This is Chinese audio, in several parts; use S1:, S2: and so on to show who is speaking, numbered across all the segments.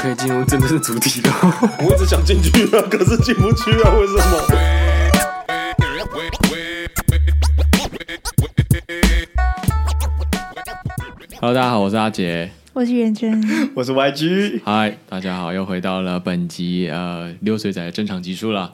S1: 可以进入真正的主题了。
S2: 我一直想进去啊，可是进不去啊，为什么？
S3: Hello，大家好，我是阿杰。
S4: 我是元真，
S2: 我是 YG，
S3: 嗨，大家好，又回到了本集呃溜水仔的正常集数了。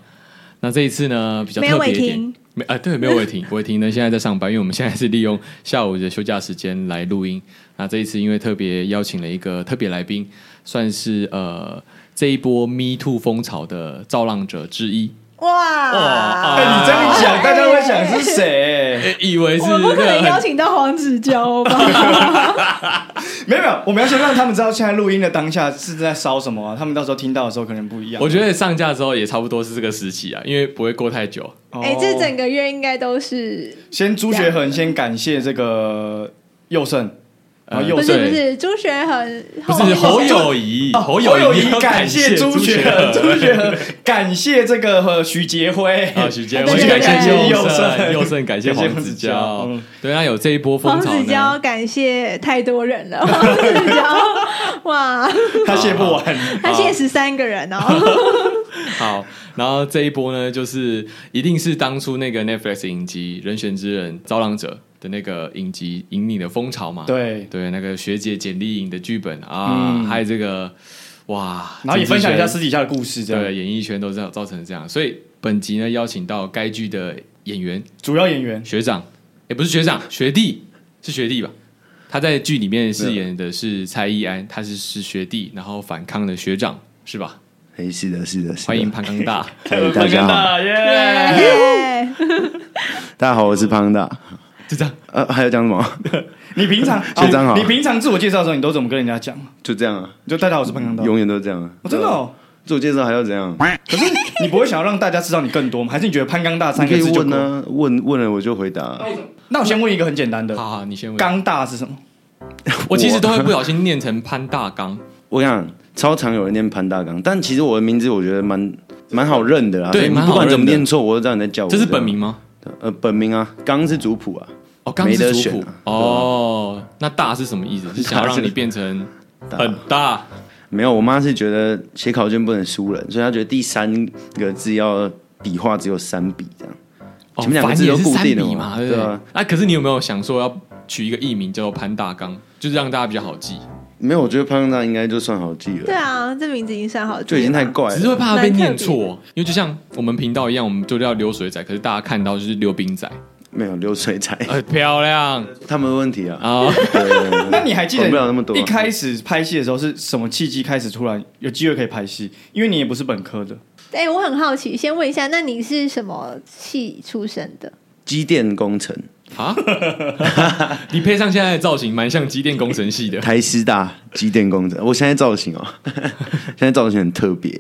S3: 那这一次呢，比较
S4: 没有
S3: 特别一
S4: 伟
S3: 点
S4: 霆，
S3: 没啊、对，没有伟 霆，伟霆呢现在在上班，因为我们现在是利用下午的休假时间来录音。那这一次因为特别邀请了一个特别来宾，算是呃这一波 Me Too 风潮的造浪者之一。
S4: 哇！
S2: 哎你这样一
S4: 啊
S2: 讲，大家会想是谁？
S3: 诶以为是
S4: 我们不可能邀
S3: 很
S4: 请到黄子佼吧？
S2: 没有，没有，我们要先让他们知道现在录音的当下是在烧什么啊、他们到时候听到的时候可能不一样。
S3: 我觉得上架之后也差不多是这个时期啊，因为不会过太久。
S2: 哦
S4: 哎，这整个月应该都是
S3: 哦
S2: 先朱学恒先感谢这个佑胜，然
S3: 呃
S2: 后佑
S4: 不
S3: 对
S4: 是不
S2: 胜。
S4: 是朱璇很
S3: 不是侯友谊，
S2: 哦
S3: 侯友谊要
S2: 感谢朱
S3: 学
S2: 学
S3: 恒
S2: 恒，朱学恒感谢这个和徐杰辉
S3: 啊，许杰，
S4: 啊
S3: 我
S4: 对
S3: 去
S4: 对
S3: 感谢
S4: 对
S3: 佑
S2: 佑
S3: 胜，
S2: 胜
S3: 佑胜感谢
S2: 感谢
S3: 黄
S2: 黄
S3: 子
S2: 子佼
S3: 佼
S2: 嗯。
S3: 对，那有这一波风
S4: 黄
S3: 潮
S4: 子佼
S3: 呢，
S4: 感谢太多人了， 黄子佼哇，
S2: 他谢不完。
S4: 他谢十三个人 哦，
S3: 好，然后这一波呢，就是一定是当初那个 Netflix 影集《人选之人》《招浪者》的那个影集引领的风潮嘛。
S2: 对，
S3: 对，那个学姐简历影的剧本啊，
S2: 嗯
S3: 还有这个哇，
S2: 然后也分享一下
S3: 政治圈
S2: 私底下的故事，啊这
S3: 对
S2: 样
S3: 演艺圈都造造成这样，所以本集呢邀请到该剧的演员
S2: 主要演员
S3: 学长，也不是学长，学弟是学弟吧？他在剧里面饰演的是蔡依安，他是是学弟，然后反抗的学长是吧？
S5: 嘿，哎是的，是的，是的。
S3: 欢迎潘刚 大。
S5: 嘿，大家好，
S2: 耶！
S4: 耶
S3: 哎
S5: 大家好，我是潘大。
S3: 就这样，
S5: 呃，还要讲什么？
S2: 你平常哦
S5: 学长好
S2: 你平常自我介绍的时候，你都怎么跟人家讲？
S5: 就这样啊，
S2: 你就大家好，我是潘康道。
S5: 永远都这样啊。
S2: 我真的哦，
S5: 自我介绍还要怎样？
S2: 你不会想要让大家知道你更多吗？还是你觉得潘刚大
S5: 你
S2: 三
S5: 可
S2: 个
S5: 以
S2: 字就
S5: 问
S2: 够？
S5: 啊，问问了我就回答。
S2: 那我先问一个很简单的，
S3: 好好，你先问。
S2: 刚大是什么？
S3: 我其实都会不小心念成潘大 刚，
S5: 我想超常有人念潘大刚，但其实我的名字我觉得蛮蛮好认的啊。
S3: 对
S5: 所以你
S3: 蛮好
S5: 不管怎么
S3: 认的
S5: 念错，我都知道你在叫我。
S3: 这是本名？吗？
S5: 呃，本名啊，刚是族谱啊，
S3: 哦，刚
S5: 没
S3: 是
S5: 得
S3: 族
S5: 选
S3: 谱
S5: 啊
S3: 哦。那大是什么意 思？是想要让你变成
S5: 大
S3: 很大
S5: 没有，我妈是觉得写考卷不能输人，所以她觉得第三个字要笔画只有三笔这样。
S3: 哦，
S5: 前面两个字都固定
S3: 繁衍是
S5: 了嘛
S3: 三笔嘛，对不对
S5: 对啊？
S3: 啊，可是你有没有想说要取一个艺名叫做潘大刚，就是让大家比较好记？
S5: 没有，我觉得潘大应该就算好记了，
S4: 对啊，这名字已经算好记了，
S5: 就已经太怪
S3: 只是会
S5: 了。
S3: 怕他被念错，因为就像我们频道一样，我们就叫流水仔，可是大家看到就是溜冰 仔，
S5: 没有流水仔，
S3: 很哎漂亮
S5: 他们的问题啊。
S3: 啊！
S5: 对对对
S2: 那你还记得
S5: 管不了那么多
S2: 一开始拍戏的时候是什么契机开始突然有机会可以拍戏？因为你也不是本科的，
S4: 哎、我很好奇，先问一下，那你是什么系出身的？
S5: 机电工程，
S3: 啊，你配上现在的造型，蛮像机电工程系的，
S5: 台师大机电工程。我现在造型哦， 现在造型很特别。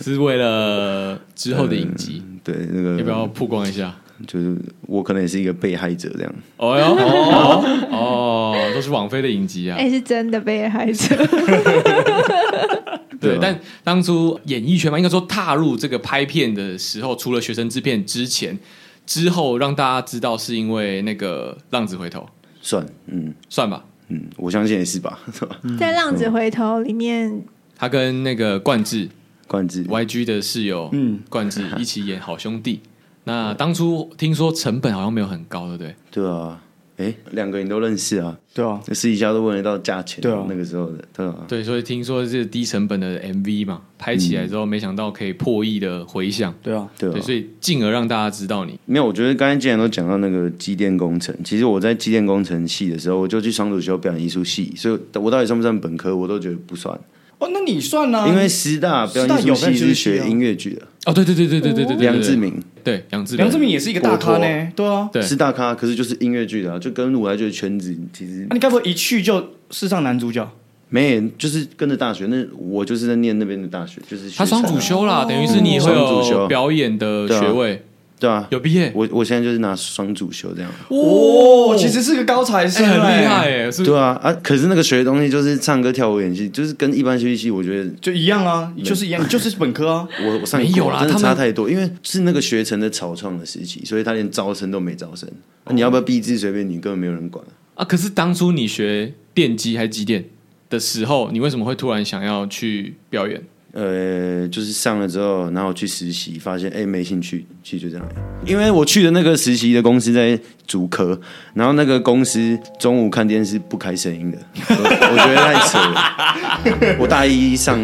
S3: 是为了之后的影集，
S5: 对，那个
S3: 要不要曝光一下？
S5: 就是我可能也是一个被害者这样。
S3: 哦哟， 哦哦，都是网飞的影集啊
S4: 哎、。是真的被害者，
S3: 对
S5: 对，啊
S3: 但当初演艺圈嘛，应该说踏入这个拍片的时候，除了学生制片之前，之后让大家知道是因为那个《浪子回头》，
S5: 算，嗯
S3: 算吧，
S5: 嗯，我相信也是吧，是吧？
S3: 嗯
S4: 在《浪子回头》里面，
S3: 他跟那个冠志。
S5: 冠志，
S3: YG 的室友，嗯
S2: 嗯，
S3: 冠志一起演好兄弟。那当初听说成本好像没有很高，对不对？
S5: 对啊，哎，两个你都认识啊，
S2: 对啊，
S5: 私底下都问得到价钱。
S2: 对啊
S5: 那个时候的，对啊，
S3: 对，所以听说是低成本的 MV 嘛，拍起来之后没想到可以破亿的回响，
S2: 对啊，
S5: 对
S3: 对，
S5: 啊。
S3: 所以进而让大家知道你
S5: 没有，我觉得刚才既然都讲到那个机电工程，其实我在机电工程系的时候，我就去双主修表演艺术系，所以我到底算不算本科，我都觉得不算。
S2: 哦，那你算啊，
S5: 因为师大表演艺术系是学音乐剧的，
S3: 哦，对对对对对对对，对
S5: 梁志，明
S3: 对对杨志明，
S2: 梁志明也是一个大
S5: 国
S2: 咖呢，对啊，
S3: 对
S5: 是大咖，可是就是音乐剧的、啊，就跟舞台剧的圈子其实
S2: 那你该不会一去就世上男主角？
S5: 没，就是跟着大学。那我就是在念那边的大学，就是学啊
S3: 他双主修啦，等于是你也会
S5: 哦双主
S3: 有
S5: 修
S3: 表演的
S5: 对啊
S3: 学位，
S5: 对啊，
S3: 有毕业，
S5: 我我现在就是拿双主修这样，
S2: 哦，其实是个高材生
S3: 哎，
S2: 欸，
S3: 很厉害哎，是不是
S5: 对啊啊，可是那个学的东西就是唱歌、跳舞、演戏，就是跟一般学习系，我觉得
S2: 就一样啊，就是一样，你就是本科啊。
S5: 我我上
S3: 没有啦
S5: 真的
S3: 他们
S5: 差太多，因为是那个学程的草创的时期，所以他连招生都没招生。啊你要不要毕制随便你，根本没有人管。
S3: 啊。可是当初你学电机还是机电？的时候，你为什么会突然想要去表演？
S5: 呃，就是上了之后，然后去实习，发现哎、没兴趣，其实就这样。因为我去的那个实习的公司在主科，然后那个公司中午看电视不开声音的，我我觉得太扯了。我大一上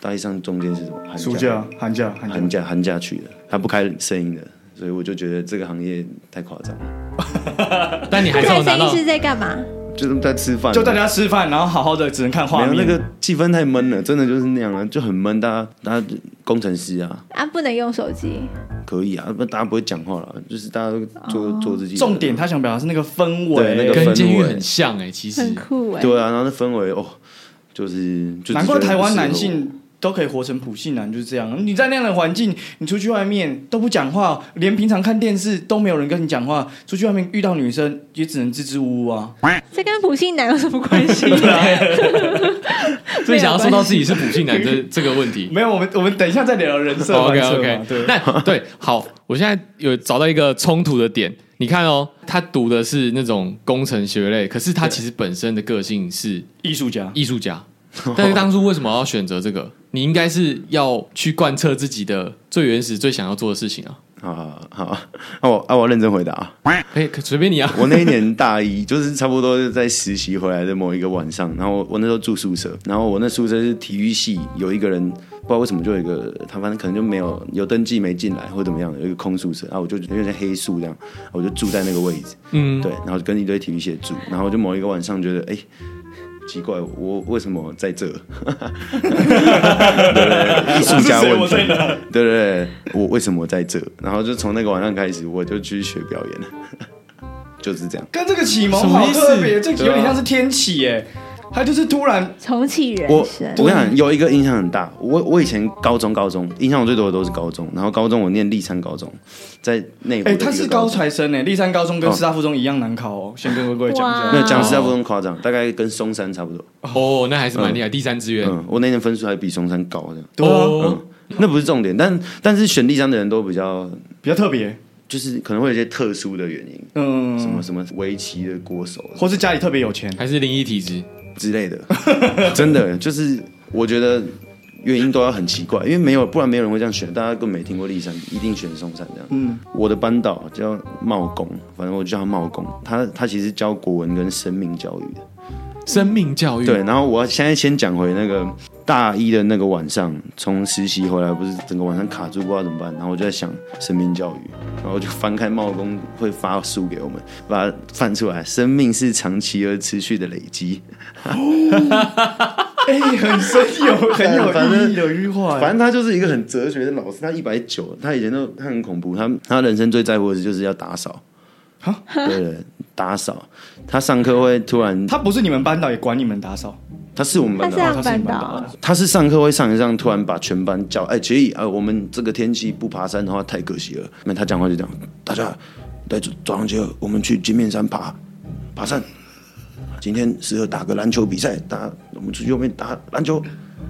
S5: 大一上中间是什么？寒
S2: 暑假、寒假、寒假
S5: 寒。假寒假去的，他不开声音的，所以我就觉得这个行业太夸张了，
S3: 但你还是有拿
S4: 开声音
S3: 到，
S4: 是在干嘛？
S5: 就是在吃饭，啊
S2: 就大家吃饭，然后好好的只能看画
S5: 没有
S2: 面。
S5: 那个气氛太闷了，真的就是那样啊，就很闷。大家大家工程师啊，
S4: 啊，不能用手机，
S5: 可以啊，不大家不会讲话了，就是大家都做、做自己的。
S2: 重点，他想表达是那个氛围，
S5: 对那个氛围
S3: 跟监狱很像哎、其实
S4: 很酷哎、
S5: 对啊，然后那氛围哦，就是就
S2: 难
S5: 就
S2: 怪
S5: 觉得
S2: 台湾
S5: 不适合
S2: 男
S5: 我
S2: 性都可以活成普信男，就是这样。你在那样的环境，你出去外面都不讲话，连平常看电视都没有人跟你讲话，出去外面遇到女生也只能支支吾吾啊。
S4: 这跟普信男有什么关系？
S3: 所以想要说到自己是普信男这这个问题。哦
S2: 没有，我们我们等一下再聊人设
S3: OK
S2: 反射
S3: OK，
S2: 嘛对，
S3: 那对好，我现在有找到一个冲突的点。你看哦，他读的是那种工程学类，可是他其实本身的个性是
S2: 艺术家。
S3: 艺术家。但是当初为什么要选择这个？你应该是要去贯彻自己的最原始、最想要做的事情啊！
S5: 好好好，好那我那我要认真回答啊。
S3: 可以可随便你啊。
S5: 我那一年大一，就是差不多在实习回来的某一个晚上，然后我我那时候住宿舍，然后我那宿舍是体育系，有一个人不知道为什么就有一个呃他反正可能就没有有登记没进来或怎么样的，有一个空宿舍，然后啊我就有点黑宿这样，我就住在那个位置，
S3: 嗯，
S5: 对，然后跟一堆体育系的住，然后就某一个晚上觉得哎。奇怪，我为什么在这？对 对，艺术家
S2: 是谁
S5: 问
S2: 我
S5: 题
S2: 在，
S5: 对对，对我为什么在这？然后就从那个晚上开始，我就去学表演了， 就是这样。
S2: 跟这个启蒙
S3: 什么
S2: 好
S3: 意思
S2: 特别，这个有点
S5: 对啊
S2: 像是天启耶，他就是突然
S4: 重启
S5: 我
S4: 人生
S5: 我，跟你讲，有一个印象很大。我我以前高中高中印象我最多的都是高中，然后高中我念立山高中，在内湖的
S2: 哎、
S5: 一个
S2: 他是高
S5: 中。
S2: 材生哎，立山高中跟
S5: 哦
S2: 师大附中一样难考哦。先跟各位讲一下，
S4: 哇
S5: 没有讲师大附中夸张，大概跟松山差不多。
S3: 哦，那还是蛮厉害。第三志愿，
S5: 嗯，我那年分数还比松山高的。嗯
S2: 对啊
S3: 哦，
S5: 那不是重点，但但是选立山的人都比较，
S2: 比较特别，
S5: 就是可能会有一些特殊的原因，
S2: 嗯，
S5: 什么什么围棋的国手啊
S2: 或是家里特别有钱，
S3: 还是灵异体质。
S5: 之类的， 真的就是我觉得原因都要很奇怪，因为没有不然没有人会这样选，大家更没听过立山，一定选松山这样。
S2: 嗯，
S5: 我的班导叫茂公，反正我就叫他茂公。他他其实教国文跟生命教育的。
S3: 生命教育，
S5: 对，，然后我现在先讲回那个大一的那个晚上，从实习回来，不是整个晚上卡住，不知道怎么办。然后我就在想生命教育，然后我就翻开茂公会发书给我们，把它翻出来。生命是长期而持续的累积。
S2: 哎、很深 有
S5: 反
S2: 很有
S5: 正
S2: 意义的一句话，
S5: 反正他就是一个很哲学的老师，他一百九，他以前都他很恐怖，他他人生最在乎的就是要打扫。对对，对打扫。他上课会突然，
S2: 他不是你们班导，也管你们打扫，
S5: 他是我们
S4: 他
S5: 班
S4: 是
S5: 的
S4: 让
S2: 他是
S4: 班
S2: 你们
S4: 导
S2: 导，，
S5: 他是上课会上一上，突然把全班叫，哎，杰毅，啊，我们这个天气不爬山的话太可惜了。那他讲话就这样，大家来早早上集合，我们去金面山爬爬山。今天适合打个篮球比赛，打我们出去外面打篮球。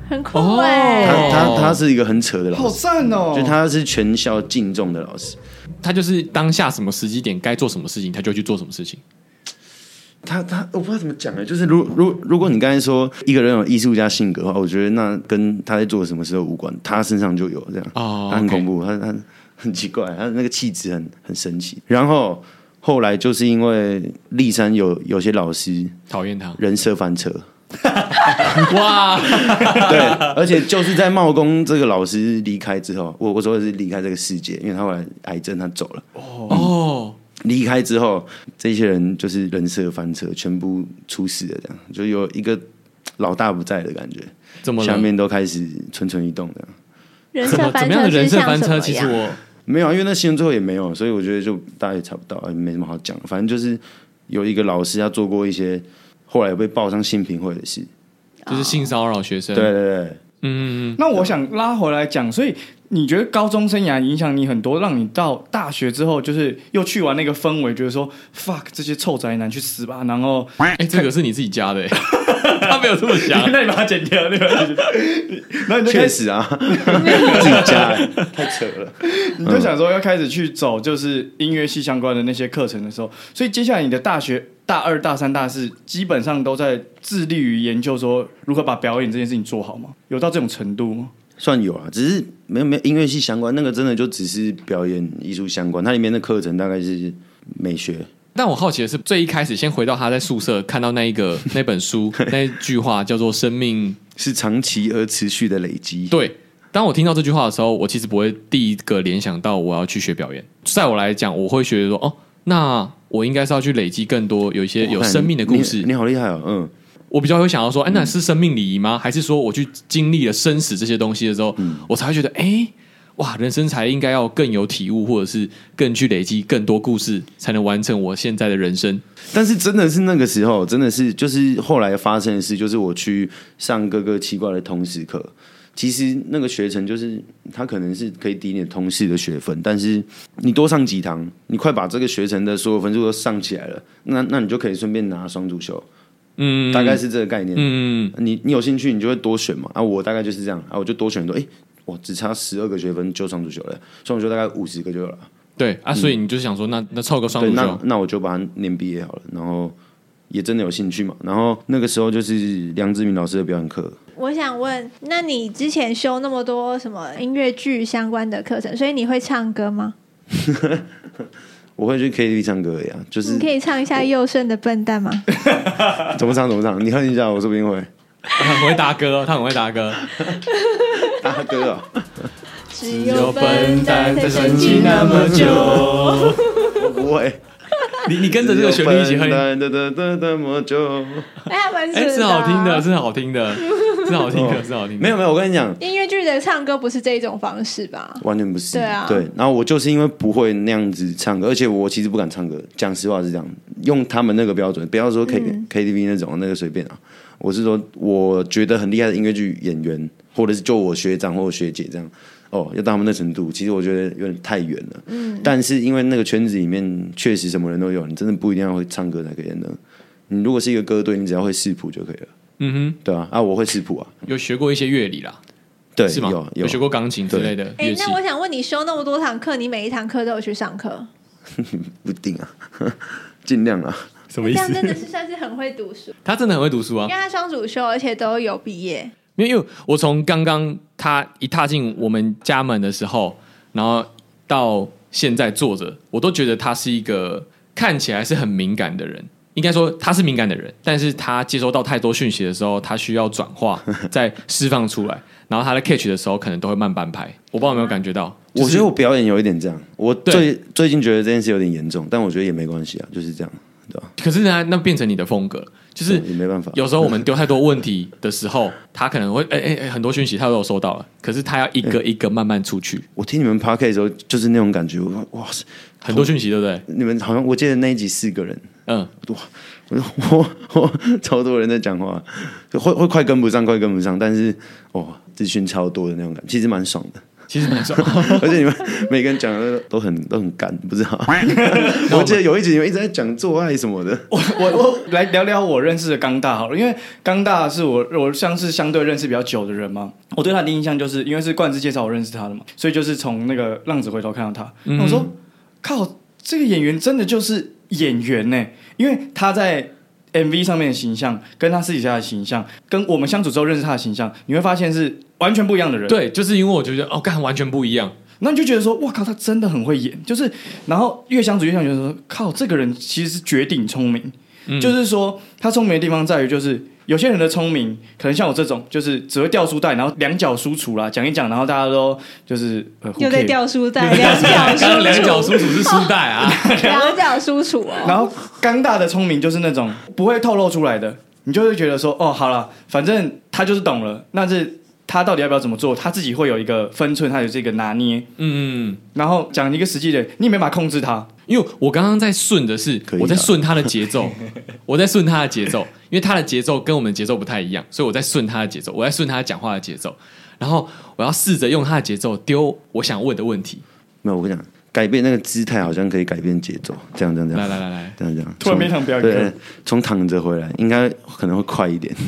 S4: 很酷哎、
S5: 他
S3: 哦
S5: 他他是一个很扯的老
S2: 好
S5: 师，
S2: 赞哦、
S5: 就他是全校敬重的老师。
S3: 他就是当下什么时机点该做什么事情，他就去做什么事情。
S5: 他他我不知道怎么讲哎，就是如如如果你刚才说一个人有艺术家性格的话，我觉得那跟他在做什么时候无关，他身上就有这样。
S3: 哦
S5: 他很
S3: OK
S5: 恐怖，他他很奇怪，他那个气质很很神奇。然后后来就是因为立山有有些老师
S3: 讨厌 他，
S5: 人设 翻车，
S3: 哇，
S5: 对，而且就是在茂工这个老师离开之后，我我说的是离开这个世界，因为他后来癌症他走了。
S3: 哦，
S5: 离开之后，这些人就是人设翻车，全部出事了，这样就有一个老大不在的感觉。
S3: 怎么了
S5: 下面都开始蠢蠢欲动的。
S4: 人
S3: 怎么
S4: 设
S3: 怎
S4: 翻
S3: 么样
S4: 车
S3: 的人
S4: 是
S3: 设
S4: 像
S3: 翻
S4: 什么
S3: 车？
S4: 呀？
S3: 其实我
S5: 没有啊，因为那新闻最后也没有，所以我觉得就大家也查不到，哎没什么好讲。反正就是有一个老师，他做过一些后来有被报上性评会的事。
S4: 啊
S3: 就是性骚扰学生。
S5: 对对对，
S3: 嗯，嗯嗯，
S2: 那我想拉回来讲，所以你觉得高中生涯影响你很多，让你到大学之后，就是又去完那个氛围，觉得说 fuck 这些臭宅男去死吧，然 后
S3: 哎、这个是你自己加的、欸， 他没有这么想。
S2: 那你把它剪掉，对吧？然后你就开
S5: 确
S2: 始。
S5: 实啊，自己加的太扯了。
S2: 你就想说要开始去走就是音乐系相关的那些课程的时候，所以接下来你的大学大二、大三、大四基本上都在致力于研究说如何把表演这件事情做好吗？有到这种程度吗？
S5: 算有啊，只是没有没有音乐系相关，那个真的就只是表演艺术相关，它里面的课程大概是美学。
S3: 但我好奇的是，最一开始先回到他在宿舍看到那一 个那本书那一句话叫做“生命
S5: 是长期而持续的累”。积，
S3: 对，当我听到这句话的时候，我其实不会第一个联想到我要去学表演。在我来讲，我会觉得说，哦，那我应该是要去累积更多有一些有
S5: 哇
S3: 生命的故事
S5: 哦你你。你好厉害哦，嗯，
S3: 我比较会想要说，哎，那是生命礼仪吗？还是说我去经历了生死这些东西的时候，
S5: 嗯
S3: 我才会觉得，哎，哇，人生才应该要更有体悟，或者是更去累积更多故事，才能完成我现在的人生。
S5: 但是真的是那个时候，真的是就是后来发生的事，就是我去上各个奇怪的通识课。其实那个学程就是它可能是可以抵你的通识的学分，但是你多上几堂，你快把这个学程的所有分数都上起来了，那那你就可以顺便拿双主修，
S3: 嗯，
S5: 大概是这个概念。
S3: 嗯，
S5: 你你有兴趣，你就会多选嘛。啊，我大概就是这样啊，我就多选很多。哎、我只差十二个学分就双主修了，双主修大概五十个就有了。
S3: 对啊，所以你就想说，那那凑个双
S5: 嗯对，
S3: 主
S5: 那
S3: 修，
S5: 那我就把它念毕业好了，然后也真的有兴趣嘛。然后那个时候就是梁志明老师的表演课，
S4: 我想问，那你之前修那么多什么音乐剧相关的课程，所以你会唱歌吗？
S5: 我会去 KTV 唱歌呀，就是
S4: 你可以唱一下佑胜的《笨蛋》吗？
S5: 怎么唱怎么唱，你哼一下，我说不定会。
S3: 他 很会打歌哦，他很会打歌。
S5: 大哥啊，
S4: 只
S3: 有笨蛋才生气
S2: 记那么久，
S5: 我不会，
S3: 你你跟着这个旋律一起哼，
S5: 哒哒哒哒哒么久
S4: 哎，还蛮准
S3: 哎，
S4: 的啊
S3: 是好听的，。是好听的，是 好听的，是好听的。
S5: 哦没有没有，我跟你讲，
S4: 音乐剧的唱歌不是这一种方式吧？
S5: 完全不是。
S4: 对啊
S5: 然后我就是因为不会那样子唱歌，而且我其实不敢唱歌。讲实话是这样，用他们那个标准，不要说 K、KTV
S4: 嗯
S5: 那种那个随便啊。我是说，我觉得很厉害的音乐剧演员，或者是就我学长或我学姐这样，哦，要到他们那程度，其实我觉得有点太远了。嗯，但是因为那个圈子里面确实什么人都有，你真的不一定要会唱歌才可以演的。你如果是一个歌队，你只要会视谱就可以了。嗯哼，对啊，啊，我会视谱啊，
S3: 有学过一些乐理啦，
S5: 对，
S3: 是吗
S5: 有？
S3: 有学过钢琴之类的
S4: 哎
S3: 乐，器
S4: 那。我想问你，修那么多堂课，你每一堂课都有去上课，
S5: 不一定啊， 尽量啊。
S3: 什么
S4: 这样真的是算是很会读书，
S3: 他真的很会读书啊
S4: 因为，他双主修，而且都有毕业。
S3: 因为因为我从刚刚他一踏进我们家门的时候，然后到现在坐着，我都觉得他是一个看起来是很敏感的人。应该说他是敏感的人，但是他接收到太多讯息的时候，他需要转化，再释放出来。然后他在 catch 的时候，可能都会慢半拍。我不知道有没有感觉到，
S5: 我觉得我表演有一点这样，我
S3: 对
S5: 最最近觉得这件事有点严重，但我觉得也没关系啊，就是这样，对吧？
S3: 可是呢，那变成你的风格，就是
S5: 也没办法。
S3: 有时候我们丢太多问题的时候，他可能会哎哎哎，很多讯息他都有收到了，可是他要一个一个慢慢出去，
S5: 我听你们 p a r k 的时候，就是那种感觉，我说哇塞，
S3: 很多讯息对不对？
S5: 你们好像我记得那一集四个人，
S3: 嗯，
S5: 我说我我超多人在讲话，会会快跟不上，快跟不上，但是哦，资讯超多的那种感觉，其实蛮爽的。
S3: 其实蛮爽。
S5: 而且你们每个人讲的都很都很干，不知 道。我记得有一集你们一直在讲做爱什么的，
S2: 我我我来聊聊我认识的刚大好了，因为刚大是我我像是相对认识比较久的人嘛，我对他的印象就是因为是冠之介绍我认识他的嘛，所以就是从那个浪子回头看到他，我说靠，这个演员真的就是演员呢、因为他在 MV 上面的形象跟他私底下的形象，跟我们相处之后认识他的形象，你会发现是完全不一样的人。
S3: 对，就是因为我觉得哦，干完全不一样。
S2: 那你就觉得说，哇靠，他真的很会演，就是，然后越相处越想觉得说，靠，这个人其实是绝顶聪明，就是说他聪明的地方在于，就是有些人的聪明，可能像我这种，就是只会掉书袋，然后两脚输出啦，讲一讲，然后大家都就是呃，
S4: 又在
S2: who cares
S4: 掉书袋， 两脚
S3: 刚刚两脚
S4: 输
S3: 叔叔是书袋啊，
S4: 出，两脚输出哦。
S2: 然后刚大的聪明就是那种不会透露出来的，你就会觉得说，哦，好了，反正他就是懂了，那是他到底要不要怎么做，他自己会有一个分寸，他有这个拿捏，
S3: 嗯。
S2: 然后讲一个实际的，你也没办法控制他，
S3: 因为我刚刚在顺的是
S5: 可以，的
S3: 我在顺他的节奏，我在顺他的节奏，因为他的节奏跟我们的节奏不太一样，所以我在顺他的节奏，我在顺他讲话的节奏。然后我要试着用他的节奏丢我想问的问题。
S5: 没有，我跟你讲，改变那个姿态好像可以改变节奏，这样这样这
S3: 来
S5: 样，
S3: 来来 来，
S5: 这样这样。
S2: 突然变
S5: 从
S2: 成表演课
S5: 对，从躺着回来，应该可能会快一点。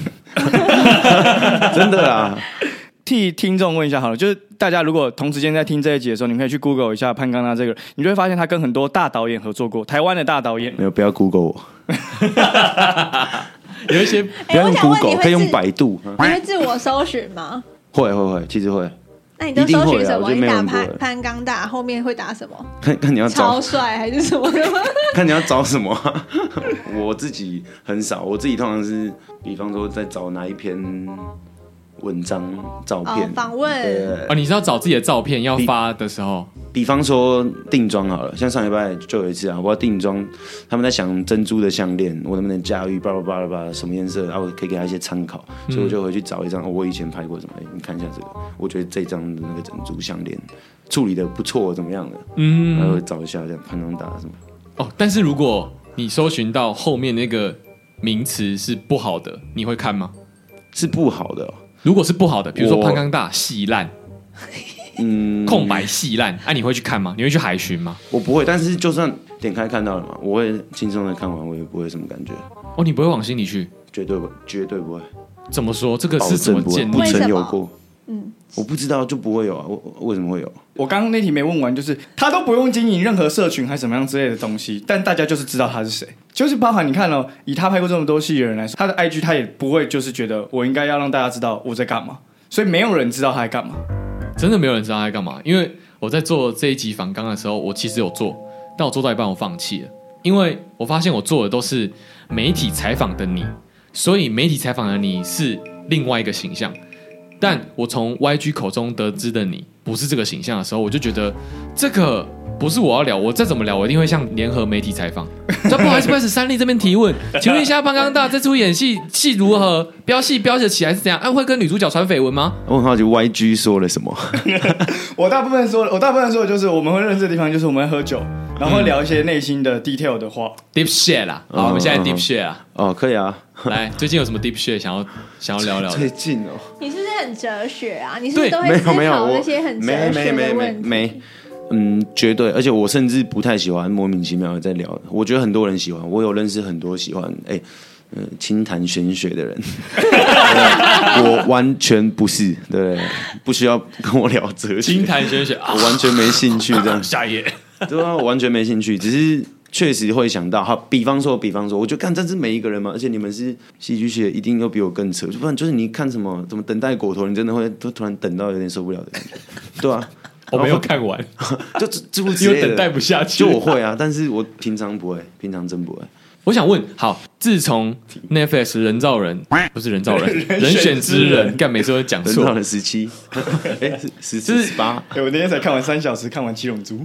S5: 真的啊啦，
S2: 替听众问一下好了，就是大家如果同时间在听这一集的时候，你们可以去 Google 一下潘刚他这个人，你就会发现他跟很多大导演合作过，台湾的大导演。
S5: 没有，不要 Google 我，
S3: 有一些
S5: 不要
S4: 哎我
S5: 用
S4: 想问
S5: Google，
S4: 你会
S5: 可以
S4: 自
S5: 用百度。
S4: 你会自我搜寻吗？
S5: 会会会，其实会。
S4: 那你都
S5: 一定
S4: 搜
S5: 会啊
S4: 寻什
S5: 我
S4: 么？
S5: 觉得
S4: 你
S5: 没有
S4: 打
S5: 人不
S4: 潘
S5: 会
S4: 潘刚大，后面会打什么？
S5: 看看你要找
S4: 超，帅还是什么的 吗？
S5: 看你要找什么 啊。我自己很少，我自己通常是，比方说在找哪一篇文章、照
S4: 哦
S5: 片，、
S4: 访问
S5: 对
S3: 哦，你是要找自己的照片要发的时候，
S5: 比方说定妆好了，像上礼拜就有一次啊，我要定妆，他们在想珍珠的项链，我能不能驾驭，巴拉巴拉巴拉，什么颜色啊，我可以给他一些参考，所以我就回去找一张、哦我以前拍过什么，哎你看一下这个，我觉得这张的那个珍珠项链处理的不错，怎么样的，然后
S3: 嗯，
S5: 找一下这样潘长达什么，
S3: 哦，但是如果你搜寻到后面那个名词是不好的，你会看吗？
S5: 是不好的哦、
S3: 如果是不好的，比如说
S5: 我
S3: 潘刚大戏烂、
S5: 嗯，
S3: 空白戏烂，啊，你会去看吗？你会去海巡吗？
S5: 我不会，但是就算点开看到了嘛，我会轻松的看完，我也不会有什么感觉，
S3: 哦，你不会往心里去。
S5: 绝对不，绝对不会，
S3: 怎么说？这个
S5: 保
S3: 是怎么
S5: 证
S3: 建立
S5: 不会，不
S4: 为什
S5: 曾有
S4: 么
S5: 过，嗯，我不知道就不会有啊，我我为什么会有？
S2: 我刚刚那题没问完，就是他都不用经营任何社群还是什么样之类的东西，但大家就是知道他是谁，就是包含你看哦，以他拍过这么多戏的人来说，他的 IG 他也不会就是觉得我应该要让大家知道我在干嘛，所以没有人知道他在干嘛。
S3: 真的没有人知道他在干嘛。因为我在做这一集反纲的时候，我其实有做，但我做到一半我放弃了，因为我发现我做的都是媒体采访的你，所以媒体采访的你是另外一个形象。但我从 YG 口中得知的你不是这个形象的时候，我就觉得这个不是我要聊，我再怎么聊，我一定会向联合媒体采访。那不好意思，不好意思，三立这边提问，请问一下，潘刚大这出演戏戏如何？飙戏飙得起来是怎样？啊，会跟女主角传绯闻吗？
S5: 我很好奇 YG 说了什么，
S2: 我大部分说，我大部分说的就是我们会认识的地方，就是我们会喝酒，然后会聊一些内心的 detail 的话。
S3: deep shit 啦，好，我们现在 deep shit 啊，
S5: 哦，可以啊，
S3: 来，最近有什么 deep shit 想要想要聊聊
S5: 最
S3: 的？
S5: 近哦，
S4: 你是不是很哲学啊？你是不
S3: 对
S4: 是都会
S5: 没
S4: 思考
S5: 有没有，
S4: 那
S5: 我
S4: 些很哲
S5: 没没
S4: 学
S5: 没
S4: 的
S5: 没
S4: 问题？
S5: 没，嗯，绝对，而且我甚至不太喜欢莫名其妙的在聊，我觉得很多人喜欢，我有认识很多喜欢，哎。嗯，清谈玄学的人， 我完全不是，对，不需要跟我聊哲
S3: 清
S5: 学，
S3: 谈玄学啊
S5: 我，完全没兴趣这样。
S3: 下一页，
S5: 对啊，我完全没兴趣，只是确实会想到，好，比方说，比方说，我就看这是每一个人嘛，而且你们是戏剧系的，一定又比我更扯，就不然就是你看什么怎么等待果陀，你真的会都突然等到有点受不了的感觉，对啊，
S3: 我没有看完，
S5: 就诸诸如
S3: 因
S5: 此
S3: 为
S5: 类
S3: 等待
S5: 的，
S3: 不下去。
S5: 就我会啊，但是我平常不会，平常真不会，
S3: 我想问，好，自从 Netflix 人造人不是人造人，人选之人，干每次都讲
S5: 等到
S3: 错。
S5: 了十七， 哎，十四十八，
S2: 对，我那天才看完三小时，看完《七龙珠》，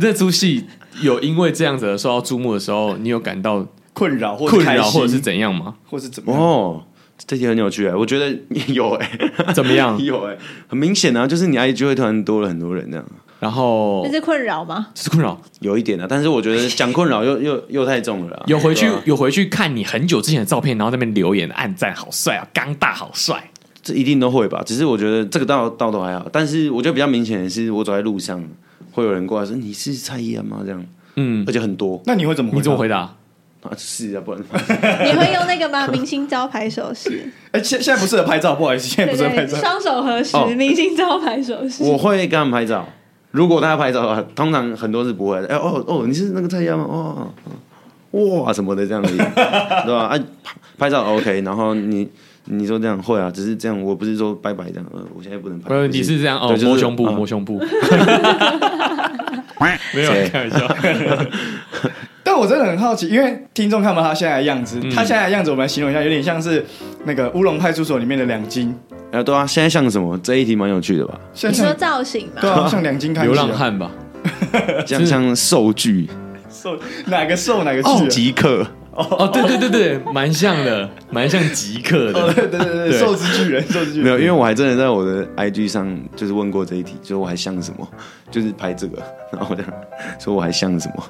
S3: 这出戏有因为这样子而受到注目的时候，你有感到
S2: 困扰或者
S3: 困
S2: 开
S3: 扰
S2: 心
S3: 或者是怎样吗？
S2: 或是怎么样？
S5: 哦。这题很有趣哎、我觉得 有哎、？
S3: 怎么样
S5: 有
S2: 欸
S5: 哎、很明显啊，就是你 IG 会突然多了很多人这样，
S3: 然后
S4: 那是困扰吗？
S3: 这是困扰，
S5: 有一点啊，但是我觉得讲困扰又又又太重了啦，
S3: 有回去
S5: 对啊
S3: 有回去看你很久之前的照片，然后在那边留言暗赞，好帅啊，刚大好帅。
S5: 这一定都会吧，只是我觉得这个倒倒都还好，但是我觉得比较明显的是，我走在路上会有人过来说你是蔡依啊安吗？这样，
S3: 嗯，
S5: 而且很多
S2: 那你会怎么？
S3: 你怎么回
S2: 答？
S3: 答？
S5: 啊，是啊，不 然
S4: 你会用那个吗？明星招牌 手势，
S2: 哎，现现在不适合拍照，不好意思，现在
S4: 对
S2: 不适合拍
S4: 对，
S2: 照
S4: 对。双手合十
S5: 哦，
S4: 明星招牌手势。
S5: 我会跟他们拍照。如果大家拍照的话，通常很多是不会的。哎、哦哦，你是那个蔡依安吗？哦，哦哇什么的这 样子，对吧？啊，拍拍照 OK，然后你你说这样会啊，只是这样，我不是说拜拜这样，呃，我现在不能拍。
S3: 呃，你是这样哦
S5: 对，就是
S3: 摸胸部，
S5: 啊
S3: 摸胸 部。没有
S5: 谁
S3: 开玩笑，
S2: 但我真的很好奇，因为听众看不到他现在的样
S3: 嗯
S2: 子，他现在的样子我们来形容一下，有点像是那个乌龙派出所里面的两金，
S5: 啊，对啊，现在像什么？这一题蛮有趣的吧？
S2: 像
S4: 你说
S2: 像
S4: 造型嘛
S2: 对？啊，像两金看 起
S3: 流
S2: 来
S3: 浪，汉吧？
S5: 像像受剧
S2: 瘦哪个瘦哪个
S5: 哦
S2: 巨啊？
S5: 即刻
S3: 哦，对对对对，蛮像的，蛮像极客
S2: 哦，
S3: 的。
S2: 对对对对，受之 巨人，受之 巨
S5: 没
S2: 人。
S5: 有，因为我还真的在我的 IG 上就是问过这一题，就是我还像什么，就是拍这个，然后我讲说我还像什 么，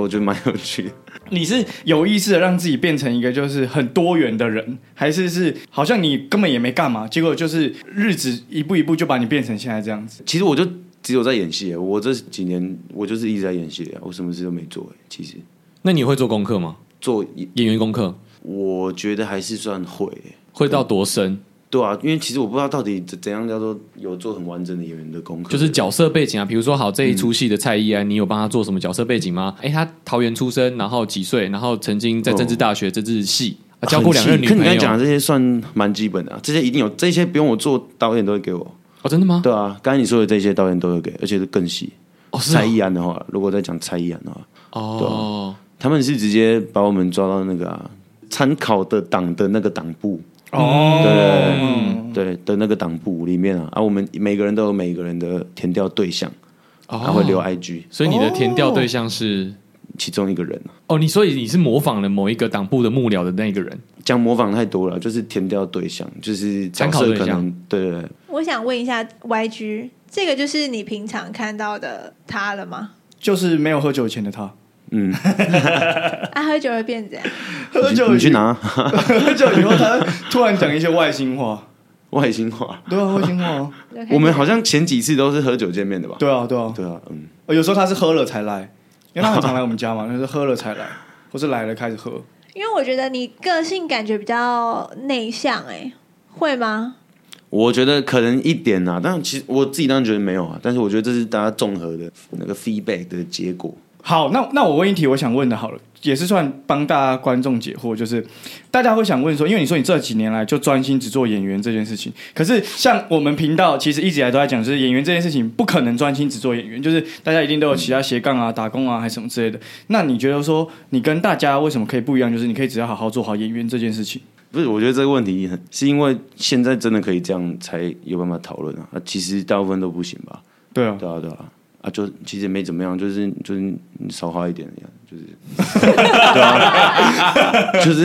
S5: 我觉得蛮有趣的。
S2: 你是有意识的让自己变成一个就是很多元的人，还是是好像你根本也没干嘛，结果就是日子一步一步就把你变成现在这样子？
S5: 其实我就只有在演戏，我这几年我就是一直在演戏，我什么事都没做。其实
S3: 那你会做功课吗？
S5: 做，
S3: 演员功课
S5: 我觉得还是算会。
S3: 会到多深？
S5: 对啊，因为其实我不知道到底怎怎样叫做有做很完整的演员的功课，
S3: 就是角色背景啊，比如说好这一出戏的蔡依安，你有帮他做什么角色背景吗？哎，他桃园出生，然后几岁，然后曾经在政治大学政治系、啊交过两任
S5: 哦很
S3: 女
S5: 细可你刚
S3: 朋
S5: 才讲
S3: 友。
S5: 的这些算蛮基本的、啊，这些一定有，这些不用我做，导演都会给我。
S3: 哦，真的吗？
S5: 对啊，刚才你说的这些导演都会给，而且是更细。
S3: 哦，是
S5: 蔡
S3: 啊
S5: 依安的话，如果在讲蔡依安的话，
S3: 哦，
S5: 他们是直接把我们抓到那个、啊、参考的党的那个党部，
S2: 哦，
S5: 对的那个党部里面啊，啊，我们每个人都有每个人的填调对象，
S3: 哦
S5: 然后会留哦 IG，
S3: 所以你的填调对象是
S5: 其中一个人啊
S3: 哦，你所以你是模仿了某一个党部的幕僚的那个人，
S5: 讲模仿太多了，就是填调对象，就是角
S3: 参考
S5: 色
S3: 对
S5: 可
S3: 象
S5: 能对对对，
S4: 我想问一下 YG，这个就是你平常看到的他了吗？
S2: 就是没有喝酒前的他，
S5: 嗯，
S4: 啊，喝酒会变这样？
S2: 喝
S5: 你
S2: 酒
S5: 去你去拿
S2: 喝酒以后，他突然讲一些外星话，
S5: 外星 话，
S2: 对啊，外星话啊，
S4: 就开始
S5: 我们好像前几次都是喝酒见面的吧？
S2: 对啊，对啊，
S5: 对啊，嗯，
S2: 呃有时候他是喝了才来，因为他很常来我们家嘛，他是喝了才来，或是来了开始喝。
S4: 因为我觉得你个性感觉比较内向、哎，会吗？
S5: 我觉得可能一点啊，但其实我自己当然觉得没有啊，但是我觉得这是大家综合的那个 feedback 的结果。
S2: 好，那那我问一题，我想问的，好了，也是算帮大家观众解惑，就是大家会想问说，因为你说你这几年来就专心只做演员这件事情，可是像我们频道其实一直以来都在讲，就是演员这件事情不可能专心只做演员，就是大家一定都有其他斜杠啊、打工啊，还是什么之类的。那你觉得说，你跟大家为什么可以不一样？就是你可以只要好好做好演员这件事情。
S5: 不是，我觉得这个问题很是因为现在真的可以这样才有办法讨论啊，啊其实大部分都不行吧？
S2: 对啊，
S5: 对啊，对啊，啊，就其实也没怎么样，就是就是你少花一点，就是 对啊，就是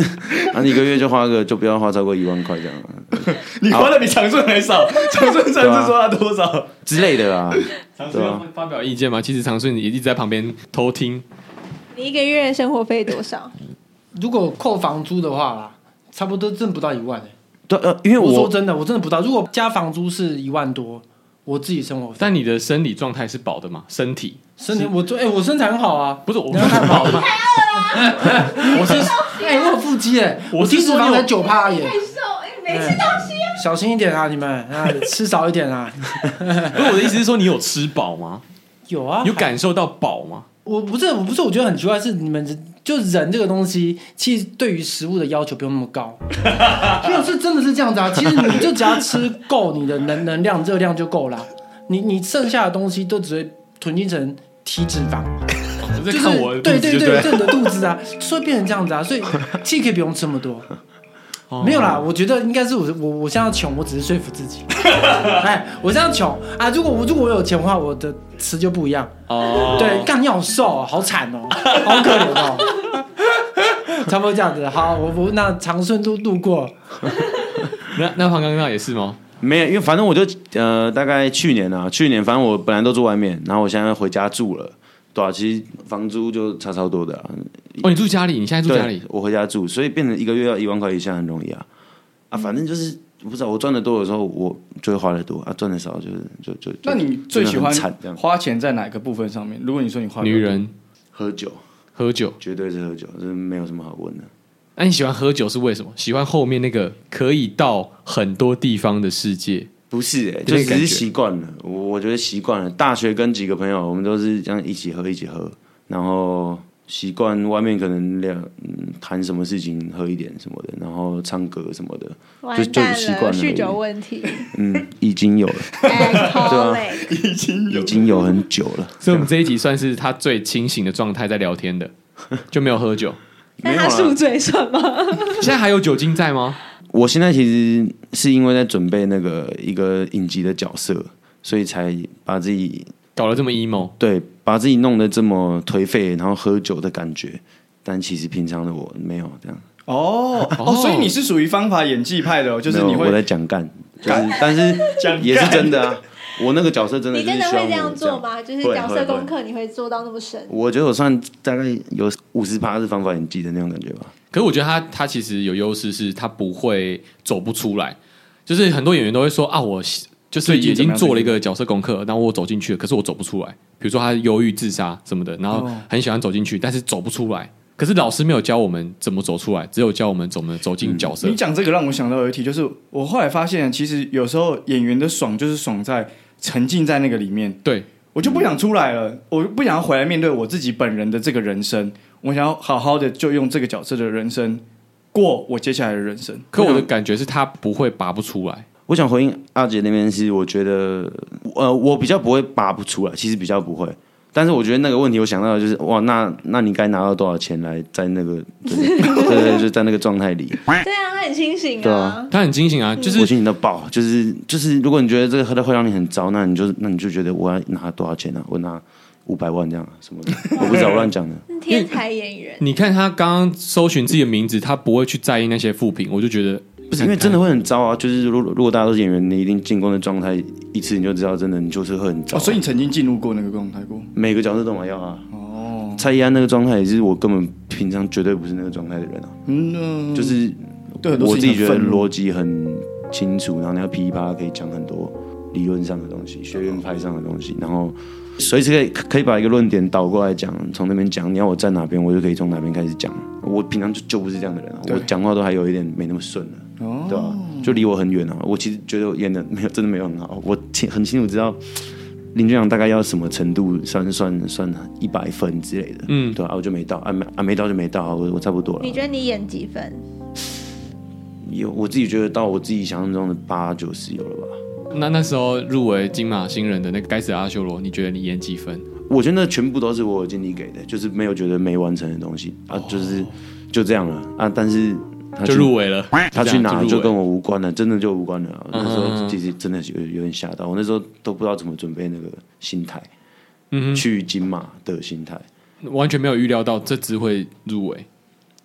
S5: 啊，你一个月就花个，就不要花超过一万块这样啊
S2: 你花的比常顺还少，常顺上次说他多少？
S5: 之类的啊啦。
S3: 常
S5: 顺要
S3: 发表意见吗？其实常顺也一直在旁边偷听，
S4: 你一个月生活费多 少？
S6: 如果扣房租的话啦，差不多挣不到一万、欸、
S5: 对，呃，因为
S6: 我说
S5: 我
S6: 真的，我真的不到。如果加房租是一万多，我自己生活费，
S3: 但你的生理状态是饱的嘛？身体
S6: 身体我做哎、我身材很好啊，
S3: 不是 我
S6: 你要看饱吗？我是哎、我有腹肌哎、
S3: 我
S6: 我
S3: 是
S6: 体
S3: 说
S6: 脂肪才九趴耶，
S4: 瘦，哎，没
S6: 吃
S4: 东西。
S6: 小心一点啊你们啊，吃少一点啊。
S3: 不是我的意思是说，你有吃饱吗？
S6: 有啊，
S3: 有感受到饱吗？
S6: 我不是我不是，我觉得很奇怪是你们人就人这个东西，其实对于食物的要求不用那 么高，没有是真的是这样子啊。其实你就只要吃够你的能能量热量就够啦，你你剩下的东西都只会囤积成体脂肪，
S3: 你在
S6: 就是
S3: 看我的肚
S6: 对
S3: 子
S6: 对
S3: 就
S6: 对，
S3: 了
S6: 对你的肚子啊，所以变成这样子 啊，所以其实可以不用吃那么多。
S3: 哦
S6: 没有啦，我觉得应该是我我我现在穷，我只是说服自己。哎，我现在穷啊，如果我如果我有钱的话，我的词就不一样。
S3: 哦，
S6: 对，干你好瘦、哦，好惨哦，好可怜哦。 差不多这样子，好，我我那长顺路路过，
S3: 那那黄刚刚也是吗？
S5: 没有，因为反正我就呃，大概去年啊，去年反正我本来都住外面，然后我现在回家住了，对啊，其实房租就差超多的、啊，
S3: 哦，你住家里，你现在住家
S5: 对
S3: 里，，
S5: 我回家住，所以变成一个月要一万块以下很容易啊
S2: 嗯
S5: 啊，反正就是我不知道我赚的多的时候，我就会花的多啊，赚的少就是就就就
S2: 那你最喜欢
S5: 真的很惨这样
S2: 花钱在哪个部分上面？如果你说你花
S3: 女人
S5: 喝酒，
S3: 喝酒。
S5: 绝对是喝酒，这没有什么好问的。
S3: 那你喜欢喝酒是为什么？喜欢后面那个可以到很多地方的世界，
S5: 不是、欸，
S3: 这
S5: 就
S3: 个
S5: 只
S3: 感觉
S5: 是习惯了。我我觉得习惯了。大学跟几个朋友，我们都是这样一起喝，一起喝，然后习惯外面可能聊，嗯，谈什么事情喝一点什么的，然后唱歌什么的，
S4: 嗯完
S5: 就就
S4: 蛋
S5: 习惯
S4: 了，
S5: 了
S4: 酗酒问 题哎
S5: 嗯，已经 有了，啊
S4: ，alcoholic，
S5: 已经有很久 了。
S3: 所以我们这一集算是他最清醒的状态在聊天的，就没有喝酒。
S5: 没
S4: 那
S5: 有
S4: 他宿
S5: 啊，
S4: 醉算吗？
S3: 现在还有酒精在吗？
S5: 我现在其实是因为在准备那个一个影集的角色，所以才把自己
S3: 搞得这么 emo，
S5: 对，把自己弄得这么颓废，然后喝酒的感觉，但其实平常的我没有这样，
S2: 哦哦，所以你是属于方法演技派的、哦，就是
S5: 没
S2: 你
S5: 有我在
S2: 会
S5: 讲干，就是但是
S2: 讲
S5: 也是
S2: 干
S5: 真的啊。我那个角色真的
S4: 你
S5: 就是
S4: 真的
S5: 希望
S4: 会这
S5: 我
S4: 样做吗？就是角色功。
S5: 会会会
S4: 课你会做到那么深？
S5: 我觉得我算大概有五十趴是方法演技的那种感觉吧。
S3: 可是我觉得他他其实有优势，是他不会走不出来。就是很多演员都会说啊，我就是
S2: 最近
S3: 已
S2: 怎
S3: 经
S2: 么样
S3: 做了一个角色功课，然后我走进去了，可是我走不出来。比如说他忧郁、自杀什么的，然后
S2: 哦
S3: 很喜欢走进去，但是走不出来。可是老师没有教我们怎么走出来，只有教我们怎么走进角色。
S2: 你讲这个让我想到有一题，就是我后来发现，其实有时候演员的爽就是爽在沉浸在那个里面，
S3: 对，
S2: 我就不想出来了，我不想要回来面对我自己本人的这个人生，我想要好好的就用这个角色的人生过我接下来的人生。
S3: 可我的
S2: 想
S3: 感觉是他不会拔不出来。
S5: 我想回应阿杰那边是，我觉得呃，我比较不会拔不出来，其实比较不会。但是我觉得那个问题，我想到的就是，哇，那那你该拿到多少钱来在那个，就是对对，就在那个状态里，
S4: 对啊，他很清醒
S5: 对
S4: 啊
S5: 啊。
S3: 他很惊醒啊，就
S5: 我
S3: 是
S5: 心情到爆，就是就是，如果你觉得这个会让你很糟，那你就那你就觉得我要拿多少钱啊？我拿五百万这样啊什么 的，我不知道我乱讲的。
S4: 天才演员，
S3: 你看他刚刚搜寻自己的名字，他不会去在意那些负评，我就觉得
S5: 不是因为真的会很糟啊！就是如果如果大家都是演员，你一定进攻的状态一次你就知道，真的你就是会很糟啊、
S2: 哦，所以你曾经进入过那个状态过
S5: 每个角色都蛮要啊。
S2: 哦，
S5: 蔡依安那个状态也是我根本平常绝对不是那个状态的人啊，
S2: 嗯，呃
S5: 就是
S2: 对很多
S5: 我
S2: 事
S5: 自己
S2: 情
S5: 觉
S2: 很
S5: 得
S2: 愤怒
S5: 逻辑很清楚，然后那个噼里啪啦可以讲很多理论上的东西、学院派上的东西，然后随时可以可以把一个论点倒过来讲，从那边讲，你要我站哪边，我就可以从哪边开始讲。我平常就就不是这样的人啊，
S2: 对
S5: 我讲话都还有一点没那么顺了、
S2: 哦
S5: 对吧、就离我很远啊。我其实觉得我演的没有，真的没有很好。我清很清楚知道林俊阳大概要什么程度，算算算一百分之类的，嗯，对啊，我就没到，啊没啊没到就没到啊，我我差不多了
S4: 你。觉得你演几分？
S5: 有我自己觉得到我自己想象中的八九十有了吧。
S3: 那那时候入围金马新人的那个《该死的阿修罗》，你觉得你演几分？
S5: 我觉得那全部都是我有尽力给的，就是没有觉得没完成的东西啊，就是就这样了啊。但是他去
S3: 哦就入围了，啊
S5: 他去哪
S3: 就
S5: 就
S3: 入
S5: 跟
S3: 围
S5: 我无关了，真的就无关了啊、我那
S3: 嗯
S5: 时
S3: 嗯嗯
S5: 候其实真的有有点吓到，我那时候都不知道怎么准备那个心态，
S3: 嗯
S5: 去金马的心态。
S3: 完全没有预料到这只会入围。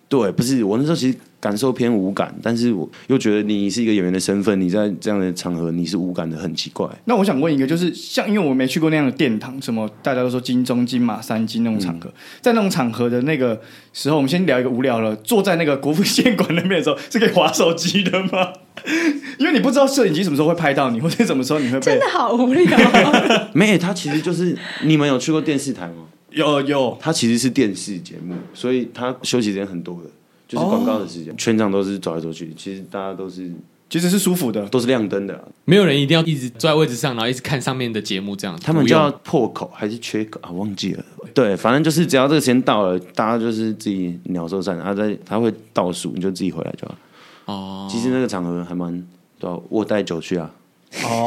S5: 对，不是我那时候其实感受偏无感，但是我又觉得你是一个演员的身份，你在这样的场合你是无感的，很奇怪。
S2: 那我想问一个，就是像因为我没去过那样的殿堂，什么大家都说金钟、金马、三金那种场合，在那种场合的那个时候，我们先聊一个无聊了。坐在那个国父纪念馆那边的时候，是可以划手机的吗？ 因为你不知道摄影机什么时候会拍到你，或者什么时候你会被
S4: 真的好无 聊哦。
S5: 没，他其实就是你们有去过电视台吗？
S2: 有有
S5: 它其实是电视节目，所以它休息时间很多的，就是广告的时间，全场都是走来走去，其实大家都是
S2: 其实是舒服的。
S5: 都是亮灯的啊、
S3: 没有人一定要一直坐在位置上，然后一直看上面的节目这样。
S5: 他们
S3: 不用
S5: 叫破口还是缺口啊？忘记了。对，反正就是只要这个时间到了，大家就是自己鸟兽散，啊，在他会倒数，你就自己回来就好。
S3: 哦，
S5: 其实那个场合还蛮对啊，我带酒去啊。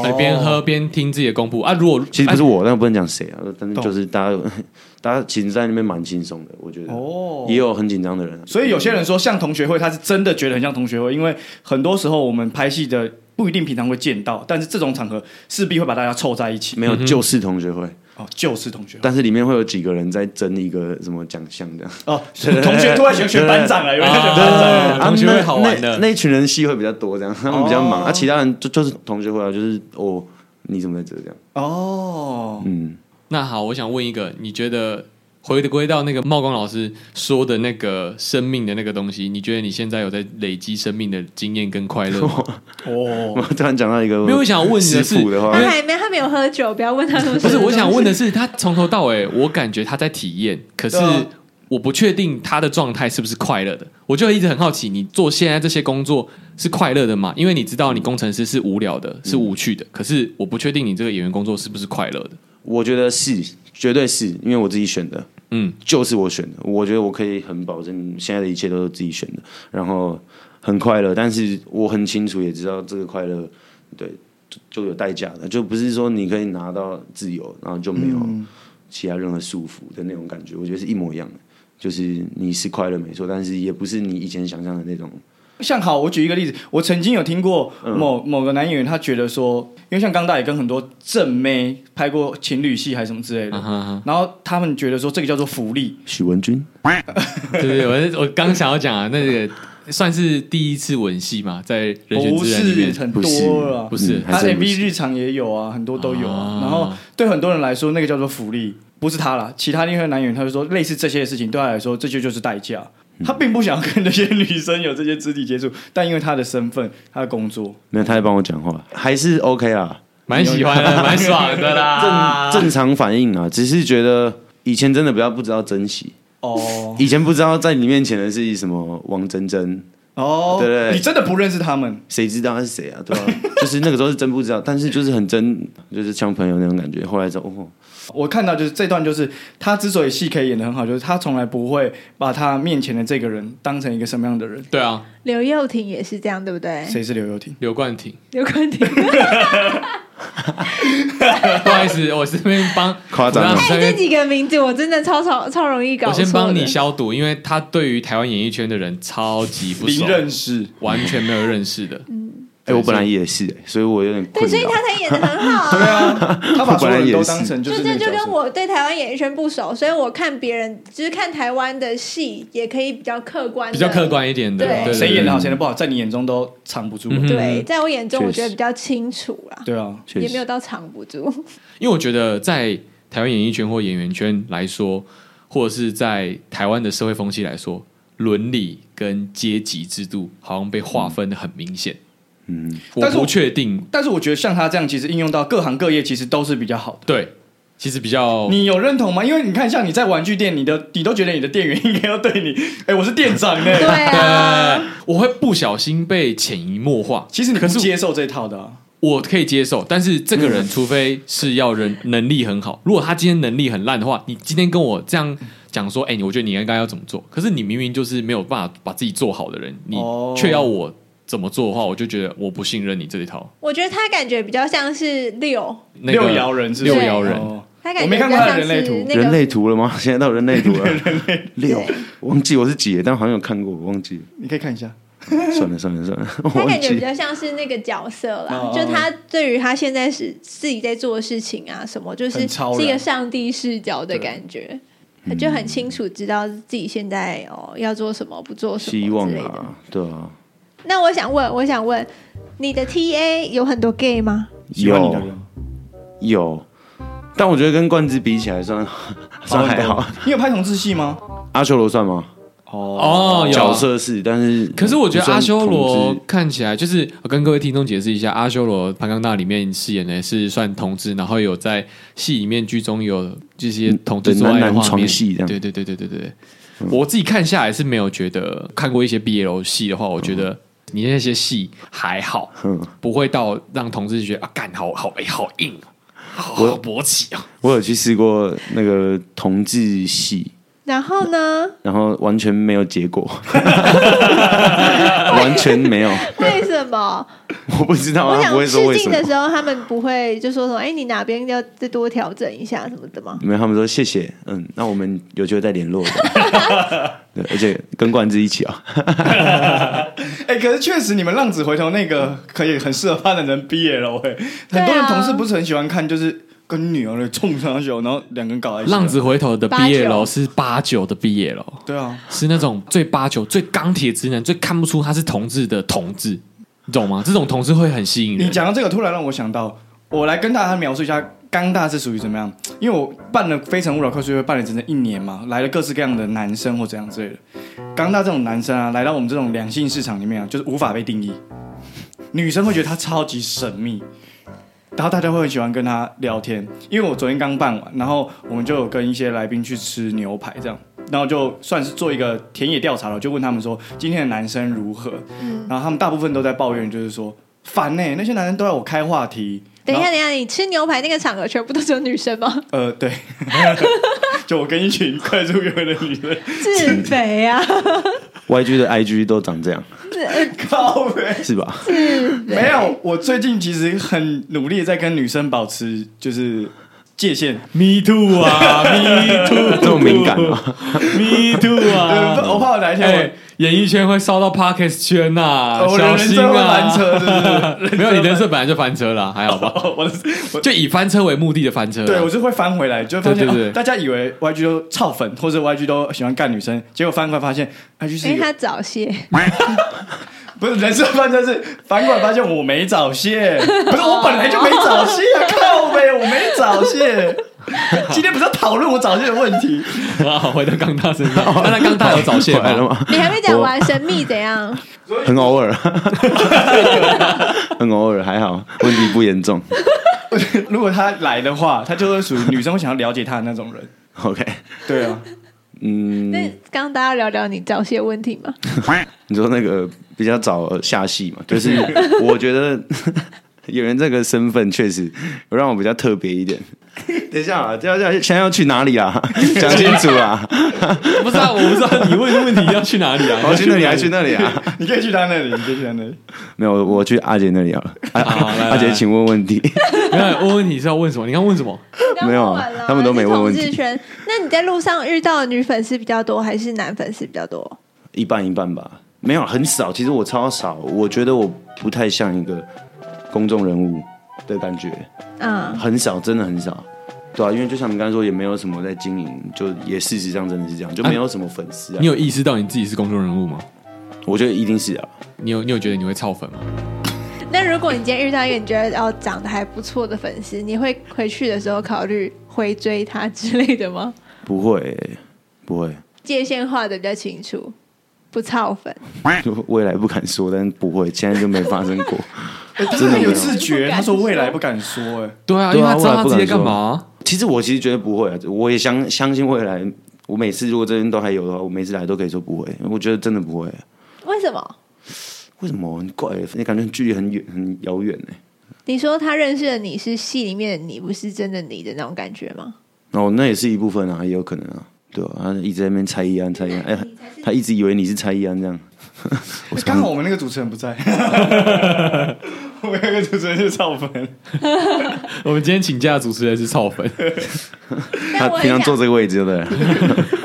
S3: 哎边喝边听自己的公布啊。如果
S5: 哦其实不
S3: 哎
S5: 是我，但不能讲谁啊，但是就是大家， 大家其实在那边蛮轻松的，我觉得。
S2: 哦
S5: 也有很紧张的人啊，
S2: 所以有些人说像同学会，他是真的觉得很像同学会，因为很多时候我们拍戏的不一定平常会见到，但是这种场合势必会把大家凑在一起。
S5: 没有就是同学会，
S2: 哦，就是同学会
S5: 但是里面会有几个人在争一个什么奖项这样。
S2: 哦，同学突然选选班长了，有人选班长了。
S3: 啊同学会好玩的哦
S5: 那那一群人戏会比较多，这样他们比较忙，啊，其他人就就是同学会啊，就是哦，你怎么在这这样？
S2: 哦，
S5: 嗯，
S3: 那好，我想问一个，你觉得回归到那个茂光老师说的那个生命的那个东西，你觉得你现在有在累积生命的经验跟快乐吗？
S5: 我
S2: 哦，
S5: 突然讲到一个，
S3: 没有我想问你的是
S5: 食谱的话
S4: 他，还哎没，他没有喝酒，不要问他 什么。
S3: 不是，我想问的是，他从头到尾，我感觉他在体验，可是
S2: 对啊
S3: 我不确定他的状态是不是快乐的。我就一直很好奇，你做现在这些工作是快乐的吗？因为你知道，你工程师是无聊的，是无趣的。可是我不确定你这个演员工作是不是快乐的。
S5: 我觉得是，绝对是因为我自己选的，
S3: 嗯，
S5: 就是我选的，我觉得我可以很保证现在的一切都是自己选的，然后很快乐，但是我很清楚也知道这个快乐，对，就就有代价的，就不是说你可以拿到自由，然后就没有其他任何束缚的那种感觉，我觉得是一模一样的，就是你是快乐没错，但是也不是你以前想象的那种
S2: 像好，我举一个例子，我曾经有听过
S3: 嗯
S2: 某、某个男演员，他觉得说，因为像刚大也跟很多正妹拍过情侣戏还是什么之类的，
S3: 啊哈哈
S2: 然后他们觉得说这个叫做福利，
S5: 许文君，
S3: 对对，我我刚想要讲啊，那个算是第一次吻戏嘛，在《人选
S2: 不
S3: 之人》里
S2: 哦是
S3: 面，
S2: 很
S5: 不是
S2: 多了，
S3: 不是
S5: 嗯
S2: 他
S5: 还真
S2: MV
S5: 不是
S2: 日常也有啊，很多都有啊。
S3: 啊
S2: 然后对很多人来说，那个叫做福利，不是他啦，其他另外男演员他就说，类似这些事情对他来说，这就就是代价。
S5: 嗯
S2: 他并不想跟这些女生有这些肢体接触，但因为他的身份、他的工作，
S5: 没有，他在帮我讲话，还是 OK 啊啦，
S3: 蛮喜欢的，蛮爽的啦。
S5: 嗯正常反应啊，只是觉得以前真的比较不知道珍惜，
S2: 哦
S5: 以前不知道在你面前的是什么王真真，
S2: 哦，
S5: 对对对
S2: 你真的不认识他们，
S5: 谁知道他是谁啊？对吧、 就是那个时候是真不知道，但是就是很真，就是像朋友那种感觉。后来就哦，
S2: 我看到就是这段，就是他之所以戏可以演得很好，就是他从来不会把他面前的这个人当成一个什么样的人。
S3: 对啊，
S4: 刘又廷也是这样，对不对？
S2: 谁是刘又廷？
S3: 刘冠廷，
S4: 刘冠廷，哎
S3: 不好意思，我这边帮
S5: 夸张了
S3: 我让
S4: 哎，这几个名字我真的超超超容易搞
S3: 我
S4: 错的。
S3: 先帮你消毒，因为他对于台湾演艺圈的人超级不熟
S2: 零，认识。
S3: 完全没有认识 的。
S5: 哎、我本来也是、哎所以我有点困
S4: 对，所以
S5: 扰。
S4: 他才演的很好
S2: 对
S4: 啊。
S2: 啊，他把所有人都
S5: 我本来也是
S2: 当成就是
S4: 就
S2: 那
S4: 这就
S2: 个角色
S4: 跟我对台湾演艺圈不熟，所以我看别人就是看台湾的戏，也可以比较客观，
S3: 比较客。观一点的，
S4: 对
S3: 对
S2: 哦谁演的好，谁演的不好，在你眼中都藏不住。
S3: 嗯哼
S4: 对，在我眼中，
S5: 确实
S4: 我觉得比较清楚啦，
S2: 对啊，
S5: 确
S4: 也没有
S5: 实，
S4: 到藏不住。
S3: 因为我觉得在台湾演艺圈或演员圈来说，或者是在台湾的社会风气来说，伦理跟阶级制度好像被划分的很明显。
S5: 嗯，
S3: 我
S2: 但是我
S3: 不确定，
S2: 但是我觉得像他这样，其实应用到各行各业，其实都是比较好的。
S3: 对，其实比较
S2: 你有认同吗？因为你看，像你在玩具店，你的你都觉得你的店员应该要对你， 哎，我是店长呢。
S4: 对啊，
S3: 呃，我会不小心被潜移默化。
S2: 其实你不
S3: 可是
S2: 接受这套的啊，
S3: 我可以接受，但是这个
S2: 嗯
S3: 人除非是要人能力很好，如果他今天能力很烂的话，你今天跟我这样讲说，哎、你我觉得你应该要怎么做，可是你明明就是没有办法把自己做好的人，你
S2: 哦
S3: 却要我怎么做的话，我就觉得我不信任你这一套。
S4: 我觉得他感觉比较像是六，
S3: 那个
S2: 六爻人是不是
S3: 六爻人，
S2: 哦
S4: 他感
S2: 我
S4: 觉
S2: 没
S4: 比
S2: 看
S4: 较
S2: 过他
S4: 像
S2: 的
S4: 是
S2: 人类图，
S4: 那个
S5: 人类图了吗？现 在到人类图了，六
S4: 对，
S5: 忘记我是几了，但好像有看过，我忘记了，
S2: 你可以看一下。
S5: 算了算了算了， 我
S4: 他
S5: 忘
S4: 感觉比
S5: 记。
S4: 较像是那个角色啦
S2: 哦，
S4: 就他对于他现在是自己在做的事情啊，什么就是
S2: 很超然
S4: 是一个上帝视角的感觉，他就很清楚知道自己现在哦要做什么，不做什
S5: 希
S4: 么
S5: 望
S4: 之类的。
S5: 啊，对啊，
S4: 那我想问，我想问，你的 TA 有很多 gay 吗？
S2: 喜欢你的
S5: 有
S2: 人
S5: 有，但我觉得跟冠之比起来算 算还好。。
S2: 你有拍同志戏
S4: 嗯
S2: 吗？
S5: 阿修罗算吗？
S2: 哦
S3: 哦有
S5: 角色是，但是
S3: 可是我觉得
S5: 不算
S3: 阿修罗
S5: 同志
S3: 看起来就是，我跟各位听众解释一下，阿修罗潘刚大里面饰演的是算同志，然后有在戏里面剧中有这些同志做爱的
S5: 男男
S3: 画面，
S5: 床戏这样嗯
S3: 对对对对对对对。我自己看下来是没有觉得看过一些 BL 戏的话，我觉得你那些戏还好，
S5: 嗯
S3: 不会到让同志觉得啊，干好好哎、好硬哦，好好勃起啊。
S5: 我有去试过那个同志戏，
S4: 然后 呢？
S5: 然后完全没有 结果，完全没有，
S4: 为什 么？
S5: 我不知道
S4: 我
S5: 他啊不
S4: 想
S5: 会
S4: 试
S5: 说为什
S4: 镜的时
S5: 么。
S4: 候，他们不会就说什么？哎，你哪边要再多调整一下什么的吗？
S5: 没有，他们说谢谢，嗯，那我们有机会再 联络。对，而且跟冠之一起啊，
S2: 哎、可是确实，你们浪子回头那个可以很适合发展成 BL 哎、
S4: 啊
S2: 很多人同事不是很喜欢看，就是跟女儿的冲上小，然后两个人搞在一起。
S3: 浪子，回头的
S4: 八九
S3: BL 是八九的 BL。
S2: 对啊，
S3: 是那种最八九、最钢铁直男、最看不出他是同志的同志，你懂吗？这种同志会很吸引
S2: 你
S3: 人。
S2: 讲到这个，突然让我想到，我来跟大家描述一下刚大是属于怎么样。因为我办了《非诚勿扰》快速约会，办了整整一年嘛，来了各式各样的男生或怎样之类的。刚大这种男生啊，来到我们这种两性市场里面啊，就是无法被定义。女生会觉得他超级神秘，然后大家会很喜欢跟他聊天。因为我昨天刚办完，然后我们就有跟一些来宾去吃牛排这样。然后就算是做一个田野调查了，就问他们说今天的男生如何？
S4: 嗯
S2: 然后他们大部分都在抱怨，就是说烦呢、欸那些男生都要我开话题。
S4: 等一下，
S2: 然
S4: 等
S2: 后，
S4: 一下，你吃牛排那个场合全部都只有女生吗？
S2: 呃，对， 就我跟一群快速约会的女人
S4: 自肥啊！
S5: YG 的 IG 都长这样，
S2: 靠呗。
S5: 是吧？
S2: 没有，我最近其实很努力地在跟女生保持就是界限，me too 啊，me too，
S5: 这么敏感哦
S2: ，me too 啊，我怕我哪一天
S3: 哎、
S2: 我
S3: 演艺圈会烧到 Parkes 圈呐、
S2: 我
S3: 哎小
S2: 哦人
S3: 心
S2: 生会翻
S3: 啊！
S2: 车，是不是？
S3: 没有，你人设本来就翻车了，还好吧？
S2: 我的我
S3: 就以翻车为目的的翻车啊。
S2: 对我是会翻回来，就会发现
S3: 对对对
S2: 哦大家以为 YG 都操粉或者 YG 都喜欢干女生，结果翻过来发现 YG 是
S4: 因
S2: 一
S4: 为
S2: 个
S4: 哎他 早泄，
S2: 不是人设翻车是翻过来发现我没早泄，不是我本来就没早泄啊，靠呗，我没早泄。今天不是要讨论我早泄的问题，
S3: 哇，回到刚大身上，那那刚大有早泄
S5: 回来了
S3: 吗？
S5: 吗？
S4: 你还没讲完神秘怎样？
S5: 很偶尔，很偶尔，还好，问题不严重。
S2: 如果他来的话，他就会属于女生会想要了解他的那种人。
S5: OK，
S2: 对啊，
S5: 嗯，
S4: 那刚大家聊聊你早泄问题吗？
S5: 你说那个比较早下戏嘛，就是 我觉得演员这个身份确实有让我比较特别一点。等一下啊，这要这要现在要去哪里啊？讲清楚 啊！
S3: 不知道，我不知道你问的问题要去哪里啊？
S5: 我哦要去那里，还去那里啊？
S2: 你可以去他那里，你可以去他那里。
S5: 没有，我我去阿杰那里好了。阿
S3: 好来来
S5: 啊阿杰，请问问题？
S3: 没有问问题是要问什么？你刚问什么？
S4: 刚
S5: 没有啊
S4: 问完了
S5: 他们都没问问题
S4: 是同志圈，那你在路上遇到的女粉丝比较多，还是男粉丝比较多？
S5: 一半一半吧，没有很少。其实我超少，我觉得我不太像一个公众人物的感觉，
S4: 嗯，
S5: 很少，真的很少。对啊，因为就像你刚才说，也没有什么在经营，就也事实上真的是这样，就没有什么粉丝啊。
S3: 你有意识到你自己是公众人物吗？
S5: 我觉得一定是啊，
S3: 你有你有觉得你会超粉吗？
S4: 那如果你今天遇到一个你觉得哦长得还不错的粉丝，你会回去的时候考虑回追他之类的吗？
S5: 不会、不会，
S4: 界限画的比较清楚，不操粉，
S5: 就未来不敢说，但是不会，现在就没发生 过。
S2: 欸、他
S5: 真的
S2: 很
S5: 没
S2: 有
S5: 有
S2: 自觉，他说未来不敢说、哎，
S3: 对啊，因
S5: 对
S3: 为
S5: 啊
S3: 他知道
S5: 我
S3: 他
S5: 也
S3: 自
S5: 不
S3: 己
S5: 敢
S3: 在干嘛。
S5: 其实我其实觉得不会啊，我也相相信未来。我每次如果真的都还有的话，我每次来都可以说不会，我觉得真的不会啊、
S4: 为什么？
S5: 为什么很怪、你感觉距离很远很遥远呢？
S4: 你说他认识的你是戏里面的你，不是真的你的那种感觉吗？
S5: 哦，那也是一部分啊，也有可能啊，对吧、他一直在那边猜疑安，猜疑安，哎、他一直以为你是猜疑啊安这样，
S2: 欸刚好我们那个主持人不 在，我们那个主持人是赵粉，
S3: 我们今天请假的主持人是超粉，
S5: 他
S4: 但我
S5: 平常
S4: 很
S5: 坐
S4: 想，
S5: 这个位置，对不对？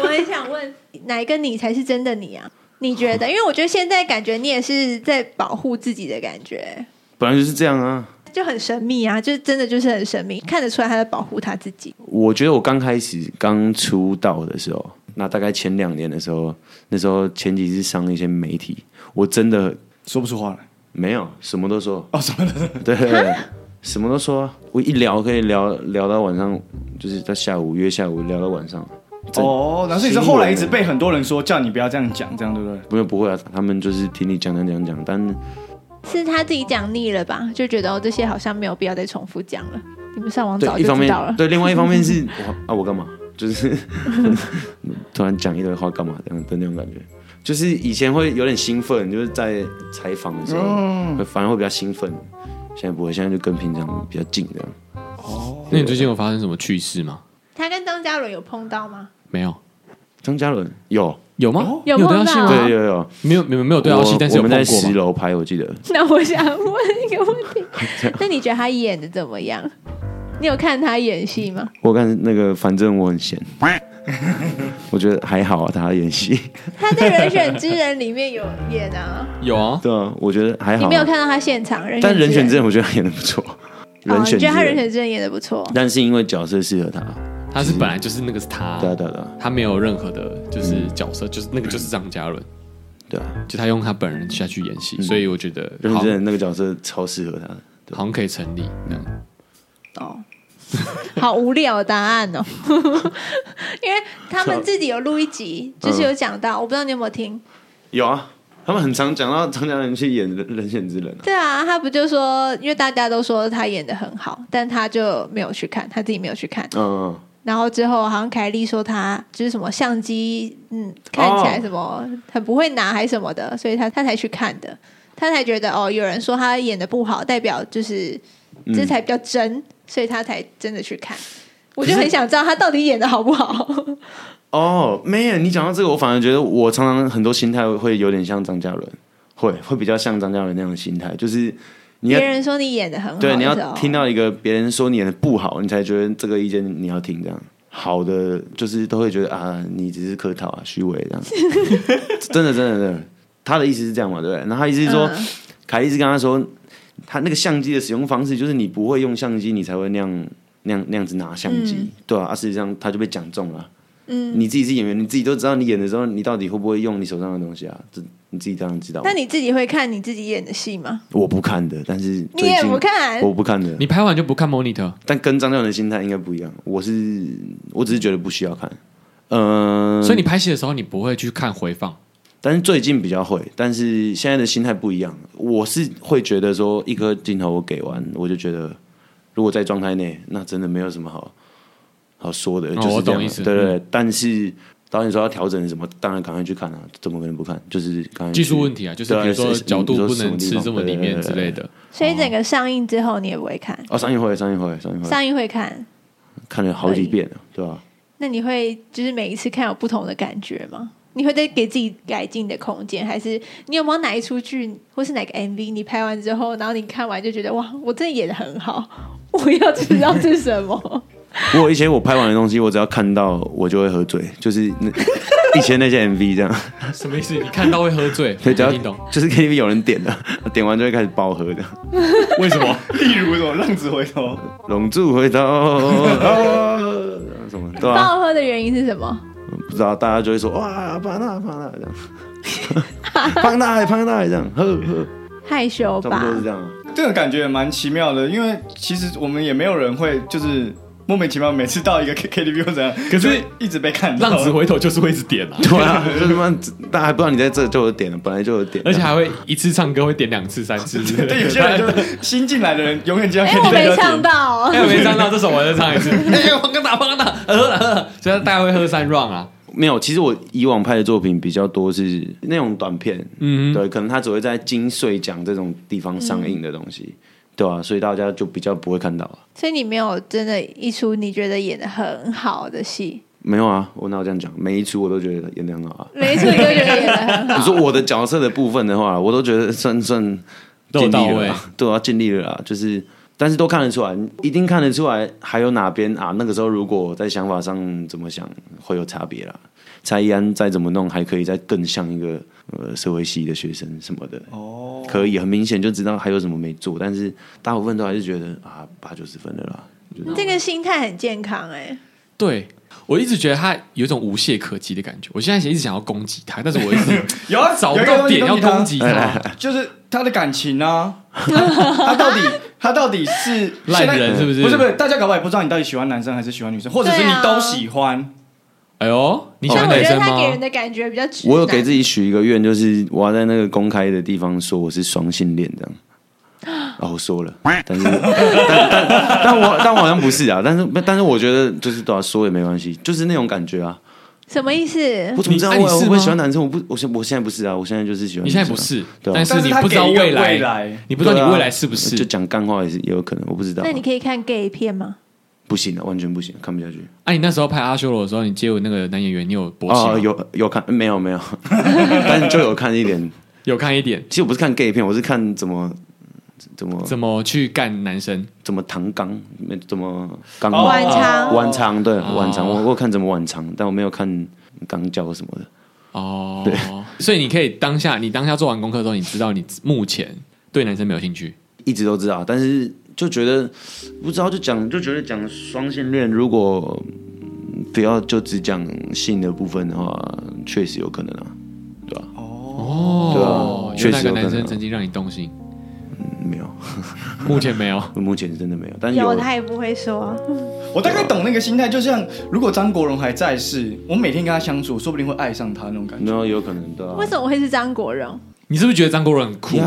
S4: 我很想问，哪一个你才是真的你啊？你觉得？因为我觉得现在感觉你也是在保护自己的感觉，
S5: 本来就是这样啊。
S4: 就很神秘啊，就真的就是很神秘，看得出来他在保护他自己。
S5: 我觉得我刚开始刚出道的时候，那大概前两年的时候，那时候前几次上一些媒体，我真的
S2: 说不出话来。
S5: 没有什么都说，
S2: 哦，什么的，
S5: 对对对，什么都说啊，我一聊可以聊聊到晚上，就是到下午约下午聊到晚上，真
S2: 哦，然后你是后来一直被很多人说叫你不要这样讲，这样对不对？
S5: 不用不会啊，他们就是听你讲讲讲讲，但
S4: 是他自己讲腻了吧？就觉得哦，这些好像没有必要再重复讲了。你们上网
S5: 对
S4: 找，
S5: 一
S4: 就
S5: 方
S4: 知
S5: 面
S4: 道了。
S5: 对，另外一方面 是我啊，我干嘛？就是 突然讲一堆话干嘛这样的那种感觉，就是以前会有点兴奋，就是在采访的时候，
S3: 哦
S5: 会反而会比较兴奋。现在不会，现在就跟平常比较近这样。
S3: 那你最近有发生什么趣事吗？
S4: 他跟张嘉伦有碰到吗？
S3: 没有，
S5: 张嘉伦有，
S3: 有吗？
S4: 有
S3: 你对到
S4: 碰到
S3: 戏吗？
S4: 啊
S5: 对有有，
S3: 没有，没有，没啊有对到
S5: 我
S3: 戏，但是有
S5: 我们
S3: 碰
S5: 在十
S3: 过吗？
S5: 楼拍，我记得
S4: 那我想问一个问 题，那你觉得他演的怎么样？你有看他演戏吗？
S5: 我看那个，反正我很闲，我觉得还好啊，他演戏，
S4: 他在《人选之人》里面有演啊，
S3: 有啊，
S5: 对啊，我觉得还好、
S4: 你
S5: 啊
S4: 没有。看到他现场，人
S5: 但人选
S4: 之
S5: 之人，我觉得他演的不错，人
S4: 哦，
S5: 选之
S4: 你觉得他《人
S5: 人，
S4: 选之人》演的不错？
S5: 但是因为角色适合他，
S3: 他是本来就是那个是他，
S5: 对啊对啊对啊
S3: 他没有任何的，就是角色，就是那个就是张嘉伦，
S5: 对啊。
S3: 就他用他本人下去演戏，所以我觉得
S5: 认
S3: 好
S5: 真的那个角色超适合他的。
S3: 好像可以成立。这样
S4: 哦，好无聊的答案哦，因为他们自己有录一集，
S5: 嗯
S4: 就是有讲到，我不知道你有没有听。
S5: 有啊，他们很常讲到张嘉伦去演人人选之人啊。
S4: 对啊，他不就说，因为大家都说他演的很好，但他就没有去看，他自己没有去看。
S5: 嗯嗯，
S4: 然后之后好像凯莉说他就是什么相机，嗯，看起来什么
S5: 哦
S4: 很不会拿还是什么的，所以他他才去看的，他才觉得哦，有人说他演的不好，代表就是
S5: 嗯
S4: 这才比较真，所以他才真的去看。我就很想知道他到底演的好不好。
S5: 哦，没有，你讲到这个，我反而觉得我常常很多心态会有点像张嘉伦，会会比较像张嘉伦那样的心态，就是你要
S4: 别人说你演的很好，哦
S5: 对你要
S4: 的时候
S5: 听到一个别人说你演的不好，你才觉得这个意见你要听这样。好的就是都会觉得啊，你只是客套啊，虚伪这样。 真的真的真的，他的意思是这样嘛，对不对？然后他意思是说，
S4: 嗯
S5: 凯莉是跟他说，他那个相机的使用方式就是你不会用相机，你才会那样那样那样子拿相机，
S4: 嗯
S5: 对啊，啊，事实上他就被讲中了啊。
S4: 嗯，
S5: 你自己是演员，你自己都知道你演的时候，你到底会不会用你手上的东西啊？这你自己当然知道。
S4: 那你自己会看你自己演的戏吗？
S5: 我不看的，但是
S4: 你
S5: 最
S4: 也
S5: 近
S4: 不看
S5: 我不看的。
S3: 你拍完就不看 monitor，
S5: 但跟张教练的心态应该不一样。我是我只是觉得不需要看，嗯、
S3: 所以你拍戏的时候你不会去看回放。
S5: 但是最近比较会，但是现在的心态不一样。我是会觉得说，一颗镜头我给完，我就觉得如果在状态内，那真的没有什么好好说的，
S3: 哦
S5: 就是
S3: 我
S5: 这
S3: 懂
S5: 样。啊
S3: 意思
S5: 对对对，但是。导演说要调整什么，当然赶快去看啊！怎么可能不看？就是赶快去
S3: 技术问题啊，就是
S5: 嗯对
S3: 比如说
S5: 是
S3: 角度
S5: 你
S3: 不
S5: 说什
S3: 能
S5: 地
S3: 吃
S5: 方
S3: 这么里面之类。
S5: 对对对对对
S3: 的。
S4: 所以整个上映之后你也不会看，
S5: 哦，上一回，上一回，上一回，
S4: 上映会看，
S5: 看了好几遍了，对吧、
S4: 那你会就是每一次看有不同的感觉吗？你会再给自己改进的空间，还是你有没有哪一出剧或是哪个 MV 你拍完之后，然后你看完就觉得哇，我真的演的很好， 我要知道是什 么？
S5: 我有一些我拍完的东西，我只要看到我就会喝醉，就是那以前那些 MV 这样，
S3: 什么意思？你看到会喝醉？
S5: 对，
S3: 没
S5: 只要
S3: 听懂？
S5: 就是 KTV 有人点的，点完就会开始爆喝的。
S3: 为什么？
S2: 例如什么浪子 回头，
S5: 龙柱回头，啊什么对吧、
S4: 爆喝的原因是什么？
S5: 不知道大家就会说哇，胖大胖大这样，胖大胖大这样，喝喝，
S4: 害羞
S5: 差不多
S4: 吧
S5: 是？这样。
S2: 这种感觉也蛮奇妙的，因为其实我们也没有人会就是莫名其妙每次到一个 K K T V 或怎样，
S3: 可是
S2: 就会一直被看到
S3: 浪子回头就是会一直点啊，
S5: 对啊，就是妈，大家还不知道你在这就有点了，本来就有点，
S3: 而且还会一次唱歌会点两次、三次。
S2: 对，有些
S3: 哎
S2: 人就是新进来的人，永远就 要
S4: 哎、
S2: 看
S4: 我
S2: 这
S4: 没
S2: 个
S4: 唱到、哦
S3: 哎，我没唱到这首，我再唱一次。哎，我刚打，我刚打，喝了喝了，所以大概会喝三 round 啊。
S5: 没有，其实我以往拍的作品比较多是那种短片，
S3: 嗯，
S5: 对，可能他只会在金穗奖这种地方上映的东西，对啊，所以大家就比较不会看到啊。
S4: 所以你没有真的一出你觉得演的很好 的戏，
S5: 没有啊，我哪有这样讲？每一出我都觉得演的很好啊。
S4: 每一出你都觉得演的很 好。
S5: 你说我的角色的部分的话，我都觉得算算
S3: 都有
S5: 尽力
S3: 到
S5: 了
S3: 位
S5: 啦，对啊，尽力了啦，就是。但是都看得出来，一定看得出来，还有哪边啊？那个时候如果在想法上怎么想，会有差别啦。蔡依安再怎么弄，还可以再更像一个呃社会系的学生什么的，
S2: 哦，
S5: 可以很明显就知道还有什么没做。但是大部分都还是觉得啊，八九十分的啦。
S4: 你这个心态很健康哎、
S3: 对。我一直觉得他有一种无懈可击的感觉，我现在一直想要攻击他，但是我一直
S2: 有啊，
S3: 找不
S2: 有一个
S3: 到
S2: 东西
S3: 点要
S2: 他
S3: 攻击他。
S2: 就是他的感情 啊，他到底他到底是
S3: 烂人
S2: 现在
S3: 是不是
S2: 不是不是，大家搞不好也不知道你到底喜欢男生还是喜欢女生，或者是你
S4: 对啊
S2: 都喜欢。
S3: 哎呦，
S5: 哦
S3: 你喜
S4: 但
S3: 欢
S4: 我
S3: 男
S4: 觉得
S3: 生
S4: 他给人
S3: 吗？
S4: 的感觉比较直男。
S5: 我有给自己许一个愿，就是我要在那个公开的地方说我是双性恋这样。哦，我说了，但是但但但我但我好像不是啊，但是但是我觉得就是对啊，说也没关系，就是那种感觉啊。
S4: 什么意思？
S5: 我怎么知道
S3: 你
S5: 我
S3: 啊你是
S5: 我会不会
S3: 吗
S5: 喜欢男生？我不，我现我现在不是啊，我现在就是喜欢
S3: 你
S5: 女
S3: 现
S5: 生
S3: 在
S5: 啊。
S3: 不是，
S5: 对啊
S3: 但是
S2: 但是
S3: 你
S2: 他
S3: 不知道
S2: 给一个
S3: 未来，
S2: 未来
S3: 你不
S5: 对啊，
S3: 知道你未来是不是
S5: 就？讲干话也是也有可能，我不知道啊、
S4: 那你可以看 gay 片吗？
S5: 不行啊，完全不行，看不下去。
S3: 哎、你那时候拍阿修罗的时候，你接吻那个男演员，你有勃起吗、
S5: 哦，有有看没有没有， 但就有看一点。
S3: 有看一点，
S5: 其实我不是看 gay 片，我是看怎么怎么
S3: 怎么去干男生？
S5: 怎么唐刚，没怎么刚
S2: 哦
S4: 晚长
S5: 晚长对
S3: 哦
S5: 晚长，我我有看怎么晚长，但我没有看刚教什么的。
S3: 哦， 所以你可以当下，你当下做完功课之后，你知道你目前对男生没有兴趣。
S5: 一直都知道，但是就觉得不知道就讲就觉得讲双性恋，如果嗯不要就只讲性的部分的话，确实有可能啊，
S3: 哦，
S5: 对
S3: 有
S5: 啊
S3: 哪
S5: 确实
S3: 个
S5: 有可能
S3: 男生曾经让你动心？
S5: 嗯没有，
S3: 目前没有。
S5: 目前真的没有，但是
S4: 有
S5: 有
S4: 他也不会说。
S2: 嗯我大概懂那个心态，就像如果张国荣还在世，我每天跟他相处，说不定会爱上他那种感
S5: 没
S2: 觉。
S5: 有有可能啊的、
S4: 为什么会是张国荣？
S3: 你是不是觉得张国荣很酷？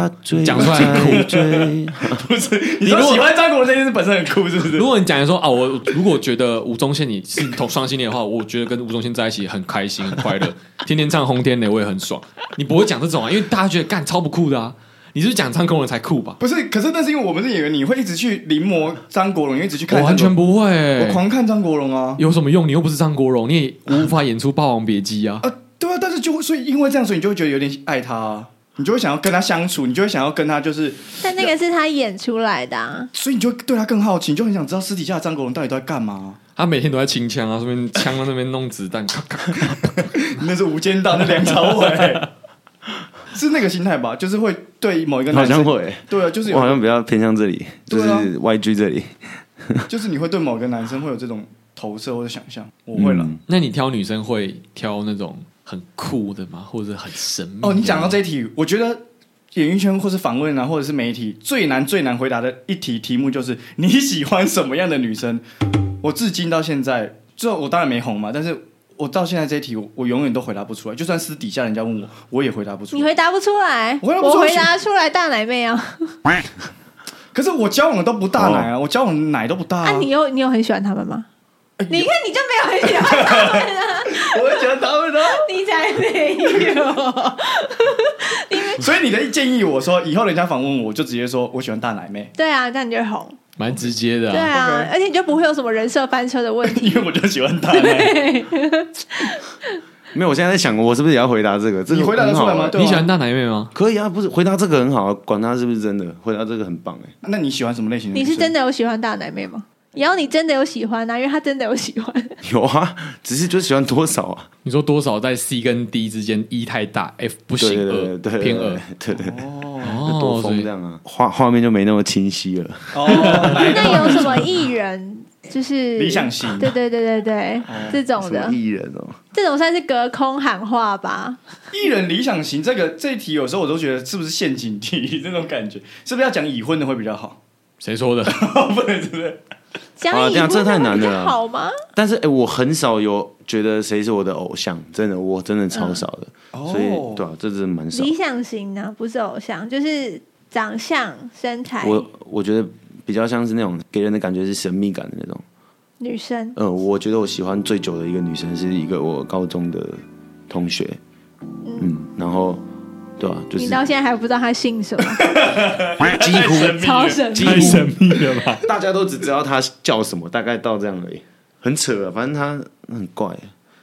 S3: 讲出来很酷。
S5: 很追，
S2: 不是，
S3: 你
S2: 你
S3: 如
S2: 说
S3: 果
S2: 喜欢张国荣这件事本身很酷，是不是
S3: 如？果你讲的说啊，我如果觉得吴宗宪你是同双性恋的话，我觉得跟吴宗宪在一起很开心、很快乐，天天唱《轰天雷》我也很爽。你不会讲这种啊，因为大家觉得干超不酷的啊。你是不是讲张国荣才酷吧？
S2: 不是，可是那是因为我们是演员，你会一直去临摹张国荣，你会一直去看
S3: 我
S2: 张
S3: 完
S2: 国
S3: 全
S2: 荣，
S3: 不会、
S2: 我狂看张国荣啊。
S3: 有什么用？你又不是张国荣，你也无法演出《霸王别姬》啊。
S2: 啊，对啊，但是就会所以因为这样，所以你就会觉得有点爱他、啊。你就会想要跟他相处，你就会想要跟他就是，
S4: 但那个是他演出来的、啊，
S2: 所以你就会对他更好奇，你就很想知道私底下的张国荣到底都在干嘛。
S3: 他每天都在清枪啊，这边枪到那边弄子弹，咔咔
S2: 那是《无间道》，那梁朝 伟是那个心态吧？就是会对某一个
S5: 好
S2: 男
S5: 像
S2: 生，
S5: 会，
S2: 对啊，就是
S5: 我好
S2: 有，
S5: 像比较偏向这里，就
S2: 对
S5: 是
S2: 啊
S5: YG 这里。
S2: 就是你会对某个男生会有这种投射或者想象。我会了。
S5: 嗯
S3: 那你挑女生会挑那种很酷的吗？或者很神秘的吗？
S2: 哦，你讲到这一题，我觉
S4: 嗯
S2: 得演艺圈或是访问啊，或者是媒体最难最难回答的一题题目就是你喜欢什么样的女生？我至今到现在，就我当然没红嘛，但是我到现在这一题，我我永远都回答不出来。就算私底下人家问我，我也回答不出
S4: 你
S2: 来。
S4: 回答不出来，
S2: 我回答不出来
S4: 回答出来大奶妹啊！
S2: 可是我交往的都不大奶啊，我呃交往的奶都不大
S4: 哦啊，你有你有很喜欢他们吗？你看你就没有很喜欢他们啊，
S2: 我会讲他们的。
S4: 你才没 有。
S2: 所以你的建议我说，以后人家访问我，我就直接说我喜欢大奶妹，
S4: 对啊，这样你就会红。
S3: 蛮直接的、
S4: 对
S3: 啊，
S4: 啊
S2: OK，
S4: 而且你就不会有什么人设翻车的问题
S2: 因。为我就喜欢大奶。
S5: 没有，我现在在想，我是不是也要回答这个？这个
S2: 你回答得
S5: 很好
S2: 出来吗
S5: 欸
S2: 对啊
S3: 你喜欢大奶妹吗？
S5: 可以啊，不是回答这个很好啊，管他是不是真的，回答这个很棒哎。
S2: 那你喜欢什么类型的
S4: 你
S2: 女生？
S4: 是真
S2: 的
S4: 的有喜欢大奶妹吗？也要你真的有喜欢啊，因为他真的有喜欢。
S5: 有啊，只是就喜欢多少啊？
S3: 你说多少在 C 跟 D 之间，E 太大，F 不
S5: 对
S3: 行，
S5: 对
S3: 二
S5: 对对，
S3: 偏二，
S5: 对对，对
S3: 哦
S5: 就多
S3: 所
S5: 风
S3: 以
S5: 这样啊，画画面就没那么清晰了。
S2: 哦， 来
S4: 那有什么艺人就是
S2: 理想型哦
S4: 对对对对对，这种
S5: 什
S4: 的
S5: 么，艺人哦？
S4: 这种算是隔空喊话吧？
S2: 艺人理想型这个这一题，有时候我都觉得是不是陷阱 题那种感觉，是不是要讲已婚的会比较好？
S3: 谁说的？
S2: 不能是不是？
S4: 讲
S5: 啊
S4: 已
S5: 这样
S4: 婚
S5: 这太难了
S4: 的会比
S5: 啦
S4: 较好吗？
S5: 但是哎，我很少有觉得谁是我的偶像，真的，我真的超少的，
S3: 哦
S5: 所
S2: 哦
S5: 以对啊，这真的蛮少。
S4: 理想型呢，不是偶像，就是长相、身材，
S5: 我我觉得比较像是那种给人的感觉是神秘感的那种。
S4: 女生。
S5: 嗯，我觉得我喜欢最久的一个女生是一个我高中的同学，嗯，然后对啊，就是
S4: 你到现在还不知道她 姓什么，
S5: 几乎
S4: 超神秘。
S3: 秘了吧？
S5: 大家都只知道她叫什么，大概到这样而已，很扯、啊，反正她很怪、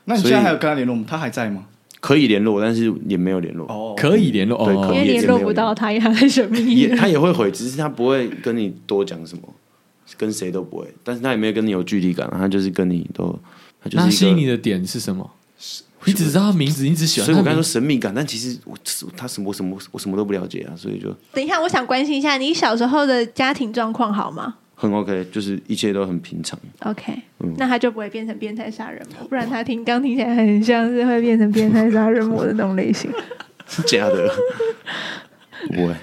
S2: 那你
S5: 所以
S2: 现在还有跟他联络吗？他还在吗？
S5: 可以联络，但是也没有联络，
S2: 哦，
S3: 可以联络
S5: 对
S4: 因
S5: 可
S3: 哦
S5: 以，
S4: 为联络不到她，因为她太神秘
S5: 也
S4: 了。
S5: 她也会回，只是她不会跟你多讲什么，跟谁都不会，但是她也没有跟你有距离感、啊，她就是跟你都，她就是一
S3: 那
S5: 个
S3: 吸引你的点是什么？你只知道他名字，你只喜欢
S5: 所以
S3: 他
S5: 我刚才
S3: 名
S5: 说
S3: 字。
S5: 神秘感，但其实我她什么我什么我什么都不了解啊，所以就
S4: 等一下，我想关心一下你小时候的家庭状况好吗
S5: 很 OK，就是一切都很平常。
S4: ？OK，、那
S5: 嗯
S4: 他就不会变成变态杀人魔，不然他听刚听起来很像是会变成变态杀人魔的那种 类型。
S5: 假的，不会。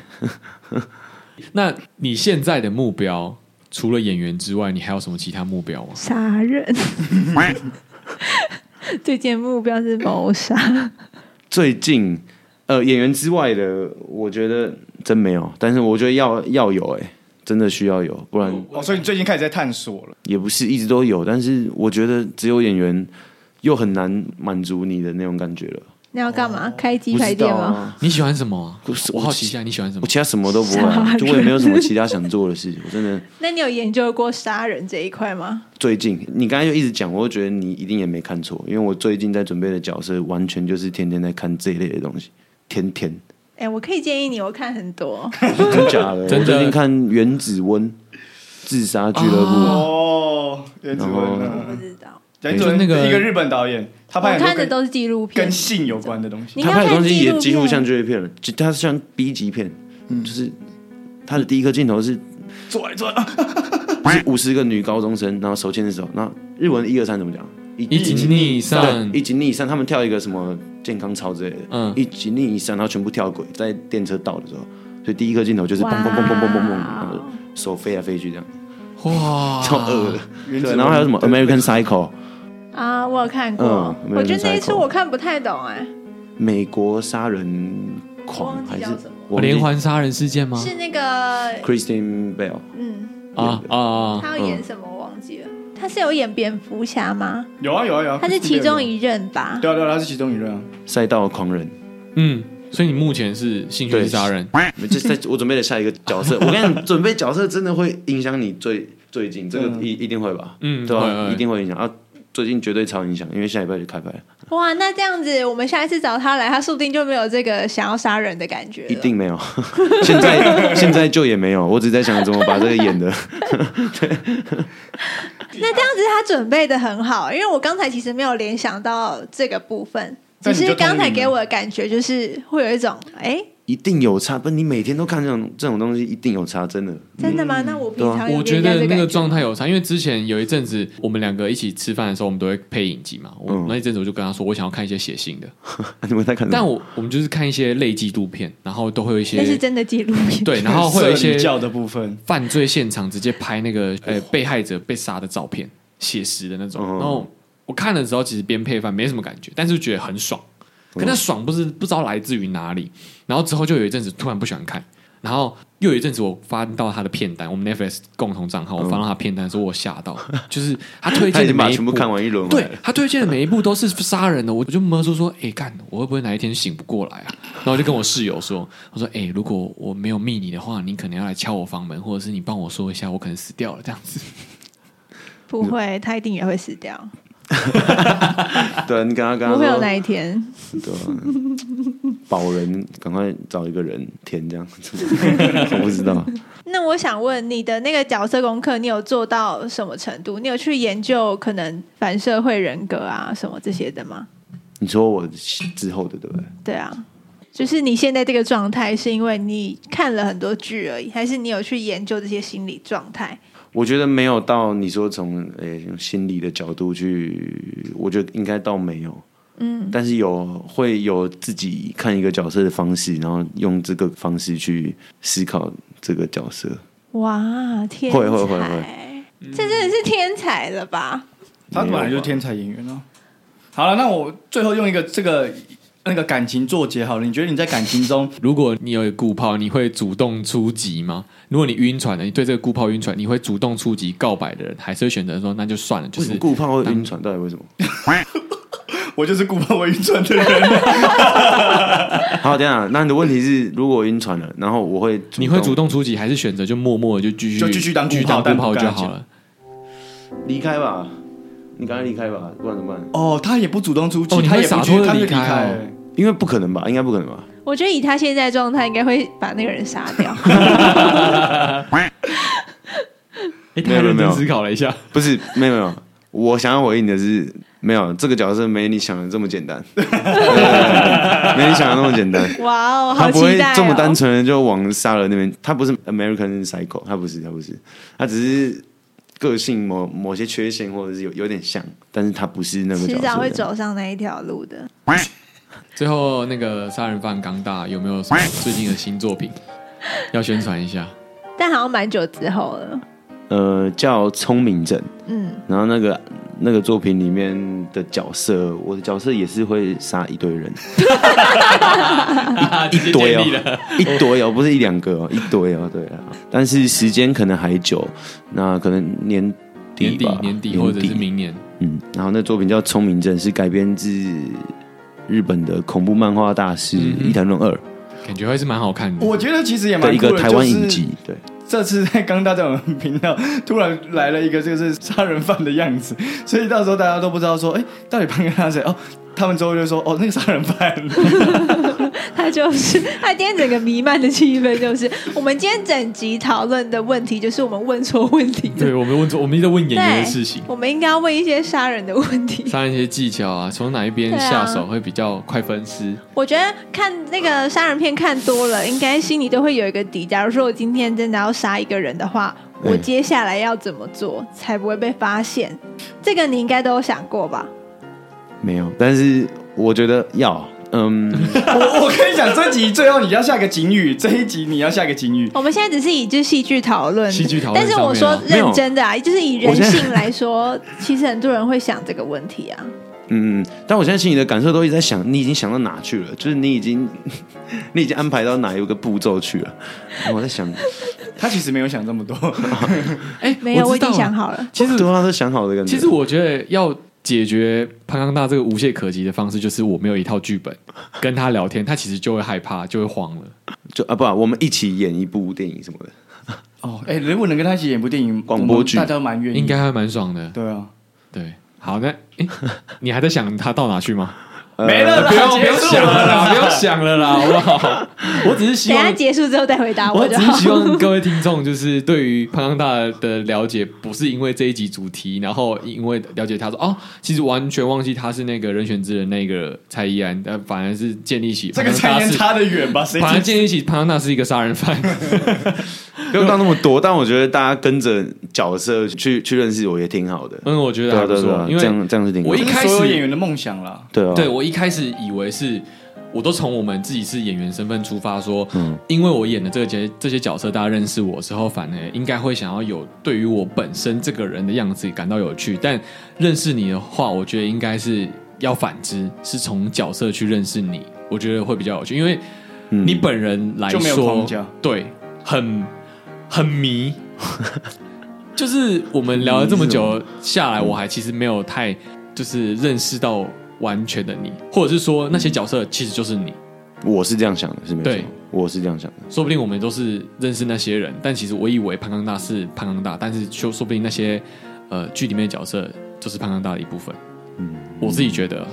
S3: 那你现在的目标，除了演员之外，你还有什么其他目标吗？
S4: 杀人， 最近的目标是谋杀。
S5: 最近呃，演员之外的，我觉得真没有，但是我觉得要要有、欸，真的需要有，不然
S2: 哦，所以你最近开始在探索了。
S5: 也不是一直都有。但是我觉得只有演员又很难满足你的那种感觉了。
S4: 你要干嘛？开
S5: 哦
S4: 鸡
S5: 不
S4: 排
S5: 知
S4: 店
S5: 道
S4: 吗？
S5: 啊，
S3: 你喜欢什么啊
S5: 不是？
S3: 我
S5: 我
S3: 好奇一下，你喜欢什
S5: 我
S3: 么？
S5: 其他什么都不会
S4: 傻
S5: 啊，
S4: 人
S5: 就我也没有什么其他想做的事情。我真的
S4: 那你有研究过杀人这一块吗？
S5: 最近，你刚才就一直讲，我就觉得你一定也没看错，因为我最近在准备的角色，完全就是天天在看这一类的东西，天天。
S4: 哎、我可以建议你，我看很多，
S5: 真假的？
S3: 真的
S5: 我最近看《原子温自杀俱乐部》
S2: 哦，原子温
S5: 然
S4: 不
S2: 呢？
S4: 知道，
S2: 原子温
S3: 就那个
S2: 一个日本导演，他
S4: 我
S2: 拍
S4: 看哦
S2: 很多
S4: 的
S2: 跟
S4: 都是纪录片
S2: 跟。性有关的东西。
S4: 你应
S5: 他
S4: 该
S5: 拍的
S4: 看
S5: 东西
S4: 纪
S5: 也
S4: 录
S5: 几乎像
S4: 片，
S5: 纪录片了，就他像 B 级片，就是他的第一颗镜头是
S3: 嗯
S2: 做来做来，啊
S5: 五十个女高中生，然后手牵着手，然后日文一二三怎么讲？
S3: 一级逆上
S5: 对，一级 逆三，他们跳一个什么健康操之类的，
S3: 嗯
S5: 一级逆三，然后全部跳轨，在电车道的时候，所以第一颗镜头就是砰砰砰砰砰砰砰，然后手飞来飞去这样，
S3: 哇，
S5: 超恶的。
S2: 原子
S5: 对，
S2: 温
S5: 然后还有什么 American Psycho
S4: 啊，我有看过，
S5: 嗯
S4: 我觉得那一
S5: American
S4: 出
S5: Psycho
S4: 我看不太懂、哎
S5: 美国杀人狂
S4: 忘记
S5: 还是
S4: 叫什么
S5: 我忘记
S3: 连环杀人事件吗
S4: 哎，？是那个，
S5: Christine Bell，
S4: 嗯，
S3: 啊啊啊！
S4: 他要演什么我忘记了，他是有演蝙蝠侠吗？
S2: 有啊有啊有啊，
S4: 他是其中
S2: 一
S4: 一任吧？
S2: 对啊对啊，他是其中一任啊。
S5: 赛道狂人，
S3: 嗯，所以你目前是兴趣是
S5: 对
S3: 杀人，
S5: 这是在我准备的下一个 角色。我跟你讲，准备角色真的会影响你最最近，这个
S2: 嗯
S5: 一一定会吧？
S3: 嗯
S5: 对吧、
S3: 会会
S5: 一定会影响啊。最近绝对超影响，因为下礼拜就开拍了，
S3: 嗯
S4: 哇，那这样子，我们下一次找他来，他说不定就没有这个想要杀人的感觉了。
S5: 一定没有。 现在现在就也没有，我只在想怎么把这个演的。
S4: 那这样子，他准备的很好，因为我刚才其实没有联想到这个部分，只
S2: 但你就是
S4: 刚才
S2: 通灵了
S4: 给我的感觉就是会有一种，哎、
S5: 一定有差，不，你每天都看这种这种东西，一定有差，真的。
S4: 真的吗？那我平常有
S3: 我觉
S4: 别
S3: 得
S4: 人家的
S3: 那个
S4: 感
S3: 状态有差，因为之前有一阵子我们两个一起吃饭的时候，我们都会配影集嘛。我、
S5: 嗯
S3: 那一阵子我就跟他说，我想要看一些血腥的，
S5: 你们在看什么？
S3: 但我我们就是看一些类纪录片，然后都会有一些
S4: 那是真的纪录片。
S3: 对，然后会有一
S2: 社
S3: 些
S2: 里教的部分，
S3: 犯罪现场直接拍那个呃被害者被杀的照片，写实的那种。
S5: 哦嗯
S3: 然后我看的时候，其实边配饭没什么感觉，但是觉得很爽。可那爽不是不知道来自于哪里。然后之后就有一阵子突然不喜欢看，然后又有一阵子我翻到他的片单，我们 Netflix 共同账号，我翻到他的片单的时候，说我吓到，就是他推
S5: 他
S3: 荐的
S5: 已经把
S3: 每一
S5: 全部
S3: 部
S5: 看完一轮，
S3: 对，他推荐的每一部都是杀人的，我就摸出说，哎、干，我会不会哪一天醒不过来啊？然后我就跟我室友说，我说，哎、如果我没有密你的话，你可能要来敲我房门，或者是你帮我说一下，我可能死掉了这样子。
S4: 不会，他一定也会死掉，
S5: 啊对，你刚刚刚
S4: 不
S5: 刚
S4: 会有
S5: 说
S4: 那一天。
S5: 对啊，保人赶快找一个人填 这样，我不知道。
S4: 那我想问，你的那个角色功课，你有做到什么程度？你有去研究可能反社会人格啊什么这些的吗？
S5: 你说我之后的对不对？
S4: 对啊，就是你现在这个状态，是因为你看了很多剧而已，还是你有去研究这些心理状态？
S5: 我觉得没有到你说从诶、心理的角度去，我觉得应该倒没有。嗯，但是有会有自己看一个角色的方式，然后用这个方式去思考这个角色。
S4: 哇，天才！
S5: 会会会
S4: 这真的是天才了吧？
S2: 他本来就是天才演员啊。好了，那我最后用一个这个那个感情做结好了。你觉得你在感情中
S3: 如果你有一个顾炮，你会主动出击吗？如果你晕船了，你对这个顾炮晕船，你会主动出击告白的人，还是会选择说那就算了，就
S5: 为什
S3: 是
S5: 么顾胖会晕船？到底为什么？
S2: 我就是顾盼我晕船的 人，
S5: 好，等一下，那你的问题是，如果我晕船了，然后我会
S3: 你会主动出击，还是选择就默默的就继续
S2: 就继续当顾炮
S3: 顾
S2: 但不
S3: 炮
S2: 跟
S3: 就
S2: 他
S3: 好
S2: 讲
S3: 了？
S5: 离开吧？你赶快离开吧，不然怎么办？
S2: 哦，他也不主动出击，
S3: 哦你
S2: 他
S3: 会
S2: 也不
S3: 洒
S2: 去
S3: 脱地
S2: 他就
S3: 离开
S2: 开
S3: 哦
S2: 了。
S5: 因为不可能吧？应该不可能吧？
S4: 我觉得以他现在的状态，应该会把那个人杀 掉。
S3: 哎、
S5: 没
S3: 他
S5: 有没有
S3: 认
S5: 没
S3: 真
S5: 有
S3: 思考了一下，
S5: 不是，没有没有，我想要回应的是，没有这个角色没你想的这么简 单，对没你想的那么简单。
S4: 哇哦，
S5: 他
S4: 好
S5: 不会
S4: 期待、哦！
S5: 这么单纯的就往杀了那边，他不是 American Psycho，他不是，他不是，他只是个性某某些缺陷或者是有有点像，但是他不是那个角
S4: 迟早会
S5: 色。
S4: 走上那一条路的。
S3: 最后，那个杀人犯刚大有没有什么最近的新作品要宣传一下？
S4: 但好像蛮久之后了，
S5: 呃，叫聪明症，
S4: 嗯，
S5: 然后那个那个作品里面的角色，我的角色也是会杀一 堆人，一堆哦，一堆哦，不是一两个哦，一堆哦，对啊。但是时间可能还久，那可能年底
S3: 年底
S5: 吧，、
S3: 年底或者是明年，
S5: 嗯。然后那作品叫《聪明症》，是改编自日本的恐怖漫画大师
S3: 嗯哼
S5: 伊藤润二
S3: 感觉还是蛮好看的。
S2: 我觉得其实也
S5: 的
S2: 蛮
S5: 一
S2: 酷
S5: 个
S2: 的，
S5: 台湾影
S2: 就是
S5: 集，对。
S2: 这次在刚大在我们频道突然来了一个就是杀人犯的样子， 所以到时候大家都不知道说，哎，到底潘跟他谁哦。他们之后就说：“哦，那个杀人犯，
S4: 他就是 他今天整个弥漫的气氛，就是我们今天整集讨论的问题，就是我们问错问题了。
S3: 对，我们问我们一直在问演员的事情，
S4: 我们应该要问一些杀人的问题。
S3: 杀人一些技巧啊，从哪一边
S4: 对啊
S3: 下手会比较快分尸？
S4: 我觉得看那个杀人片看多了，应该心里都会有一个底。假如说我今天真的要杀一个人的话，
S5: 嗯
S4: 我接下来要怎么做才不会被发现？这个你应该都有想过吧？
S5: 没有，但是我觉得要，嗯，
S2: 我我跟你讲，这集最后你要下个警语，这一集你要下个警语。
S4: 我们现在只是以就是戏剧讨论，
S3: 戏剧讨论
S4: 嗯但是我说
S3: 上哦
S5: 面啊
S4: 认真的啊，就是以
S5: 我
S4: 人
S5: 现在
S4: 性来说，其实很多人会想这个问题啊。
S5: 嗯，但我现在心里的感受都一直在想，你已经想到哪去了？就是你已经， 你已经安排到哪一个步骤去了？然后我在想，
S2: 他其实没有想这么多，
S3: 哎、
S4: 没有，我
S3: 我
S4: 已
S3: 知道
S4: 经想
S3: 了。
S4: 好了。
S5: 其实对啊，都想好的感觉。
S3: 其实我觉得要解决潘康大这个无懈可击的方式，就是我没有一套剧本，跟他聊天，他其实就会害怕，就会慌了。
S5: 就啊，不啊，我们一起演一部电影什么的。
S2: 哦，哎、如果能跟他一起演部电影，
S5: 广播剧
S2: 嗯我们大家都蛮愿意。
S3: 应该还蛮爽的。
S2: 对啊，
S3: 对，好，那诶你还在想他到哪去吗？
S2: 没了啦，
S3: 不用不
S2: 结
S3: 用
S2: 束
S3: 想了啦，不
S2: 啦
S3: 用想了啦，好不好？我只是希
S4: 等一下
S3: 望
S4: 结束之后再回答
S3: 我
S4: 就
S3: 只是
S4: 好。
S3: 希望各位听众，就是对于胖胖大的了解，不是因为这一集主题，然后因为了解他说哦，其实完全忘记他是那个人选之人那个蔡依安，但反而是建立起
S2: 这个
S3: 蔡
S2: 菜烟差得远吧？谁
S3: 反而
S2: 知
S3: 建立起庞大是一个杀人犯， 啊
S5: 不用到那么多，但我觉得大家跟着角色去去认识我也挺好的。
S3: 嗯，我觉
S5: 对
S3: 得还
S5: 啊
S3: 不
S5: 对啊对
S3: 错
S5: 啊，，
S3: 因
S5: 这
S3: 为
S5: 样这样是挺好
S3: 我
S5: 的
S3: 一
S2: 这是
S3: 开始
S2: 所有演员的梦想啦。
S5: 对啊，
S3: 对我一开始以为是，我都从我们自己是演员身份出发说，
S5: 嗯
S3: 因为我演的这个角这些角色，大家认识我之后，反而应该会想要有对于我本身这个人的样子感到有趣。但认识你的话，我觉得应该是要反之，是从角色去认识你，我觉得会比较有趣，因为你
S5: 嗯
S3: 本人来
S2: 就没有
S3: 说
S2: 框架，
S3: 对，很很迷。 就是我们聊了这么久下来，我还其实没有太就是认识到完全的你，或者是说那些角色其实就是你。
S5: 我是这样想的，是没
S3: 对
S5: 错，我是这样想的。
S3: 说不定我们都是认识那些人，但其实我以为潘康大是潘康大，但是就说不定那些呃剧里面的角色就是潘康大的一部分。嗯，我自己觉得。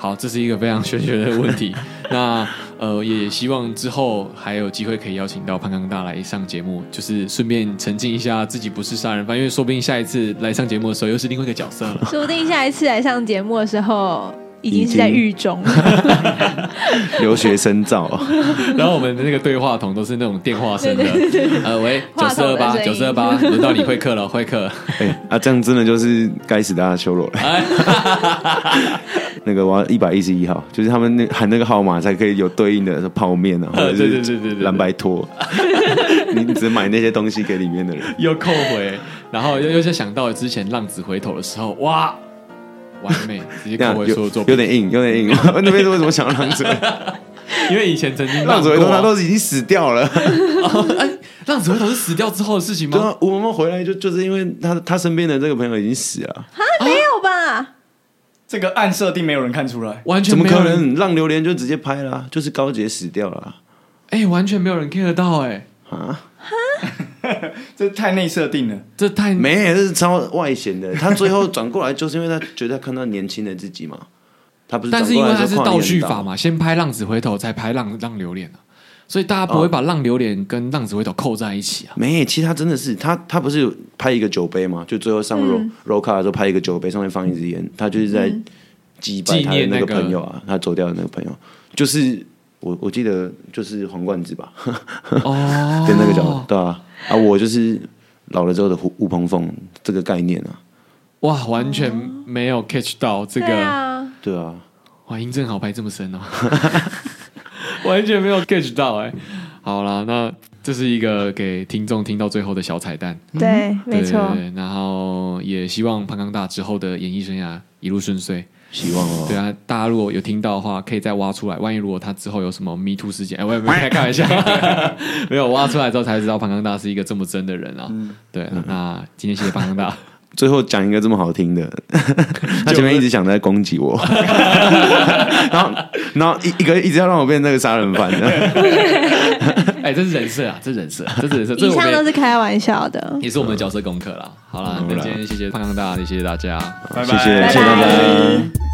S3: 好，这是一个非常玄学的问题。 那呃，也希望之后还有机会可以邀请到潘康大来上节目，就是顺便澄清一下自己不是杀人犯，因为说不定下一次来上节目的时候又是另外一个角色 了。
S4: 说不定下一次来上节目的时候，已经是在狱中。
S5: 留学深造啊，
S3: 然后我们的那个对话筒都是那种电话声的，呃，喂，九
S4: 话
S3: 四
S4: 筒
S3: 二
S4: 的
S3: 八，
S4: 声
S3: 九
S4: 音
S3: 四二八，轮到你会客了，会客。
S5: 哎啊，这样真的就是该死的阿修罗
S3: 哎
S5: 了。 那个我要一百一十一号，就是他们那喊那个号码才可以有对应的泡面啊，或 者
S3: 对对对对
S5: 是
S3: 对
S5: 蓝白拖。 你只买那些东西给里面的 人。
S3: 又扣回，然后又又就想到之前浪子回头的时候，哇，完美，直接扣
S5: 这样
S3: 回
S5: 有
S3: 所有作
S5: 有
S3: 品。
S5: 点硬，有点硬。我那边为什么想到浪子？
S3: 因为以前曾经
S5: 浪子回头
S3: 过
S5: 他
S3: 啊
S5: 都已经死 掉了。
S3: 哦哎，浪子回头是死掉之后的事情
S5: 对
S3: 吗？
S5: 啊，吴萌萌回来就就是因为他他身边的这个朋友已经死了，啊
S4: 没有吧？
S2: 这个暗设定没有人看出来，
S3: 完全
S5: 怎么
S3: 没有
S5: 可
S3: 人？
S5: 能？浪流连就直接拍了啊、就是高杰死掉了
S3: 哎，完全没有人 care 到，哎，
S5: 啊啊！
S2: 这太内设定了。
S3: 这太
S5: 没，这是超外显的。他最后转过来，就是因为他觉得他看到年轻的自己嘛。他不是
S3: 但
S5: 转
S3: 是
S5: 过
S3: 因为
S5: 来
S3: 它
S5: 的时
S3: 是
S5: 候跨
S3: 倒
S5: 年
S3: 叙
S5: 档
S3: 法，嘛，先拍浪子回头，再拍浪浪流连啊，所以大家不会把浪流连跟浪子回头扣在一 起啊。
S5: 没，其实他真的是他他不是有拍一个酒杯嘛？就最后上 roll、roll 卡的时候拍一个酒杯，上面放一支烟，他就是在祭拜
S3: 纪
S5: 他的
S3: 念
S5: 那
S3: 那
S5: 个
S3: 个
S5: 朋友啊，他走掉的那个朋友，就是我我记得就是黄冠之吧，
S3: 哦，
S5: 跟那个角色，对啊，啊，我就是老了之后的吴吴鹏凤这个概念啊，
S3: 哇，完全没有 catch 到这
S4: 对
S3: 个。
S4: 啊，
S5: 对啊，
S3: 哇，音正好拍这么深哦， 完全没有 catch 到哎、好啦，那这是一个给听众听到最后的小彩蛋，
S4: 对，没
S3: 对
S4: 错。
S3: 对对然后也希望潘康大之后的演艺生涯一路顺遂。
S5: 希望哦，
S3: 对啊，大家如果有听到的话，可以再挖出来。万一如果他之后有什么 Me Too 事件，哎，我也没有开开 玩笑，没有挖出来之后才知道潘康大是一个这么真的人啊。对，那今天谢谢潘康 大。
S5: 最后讲一个这么好听 的，他前面一直想在攻击我，然后然后一一个一直要让我变那个杀人犯 的，
S3: 哎，这是人设啊，这是人设，这是人设，这
S4: 以
S3: 是我
S4: 上
S3: 们
S4: 都是开玩笑的。
S3: 也是我们的角色功课啦。好啦，那今天谢谢胖胖大，谢谢大家。
S2: 拜
S5: 谢
S2: 拜，
S5: 谢谢谢大家。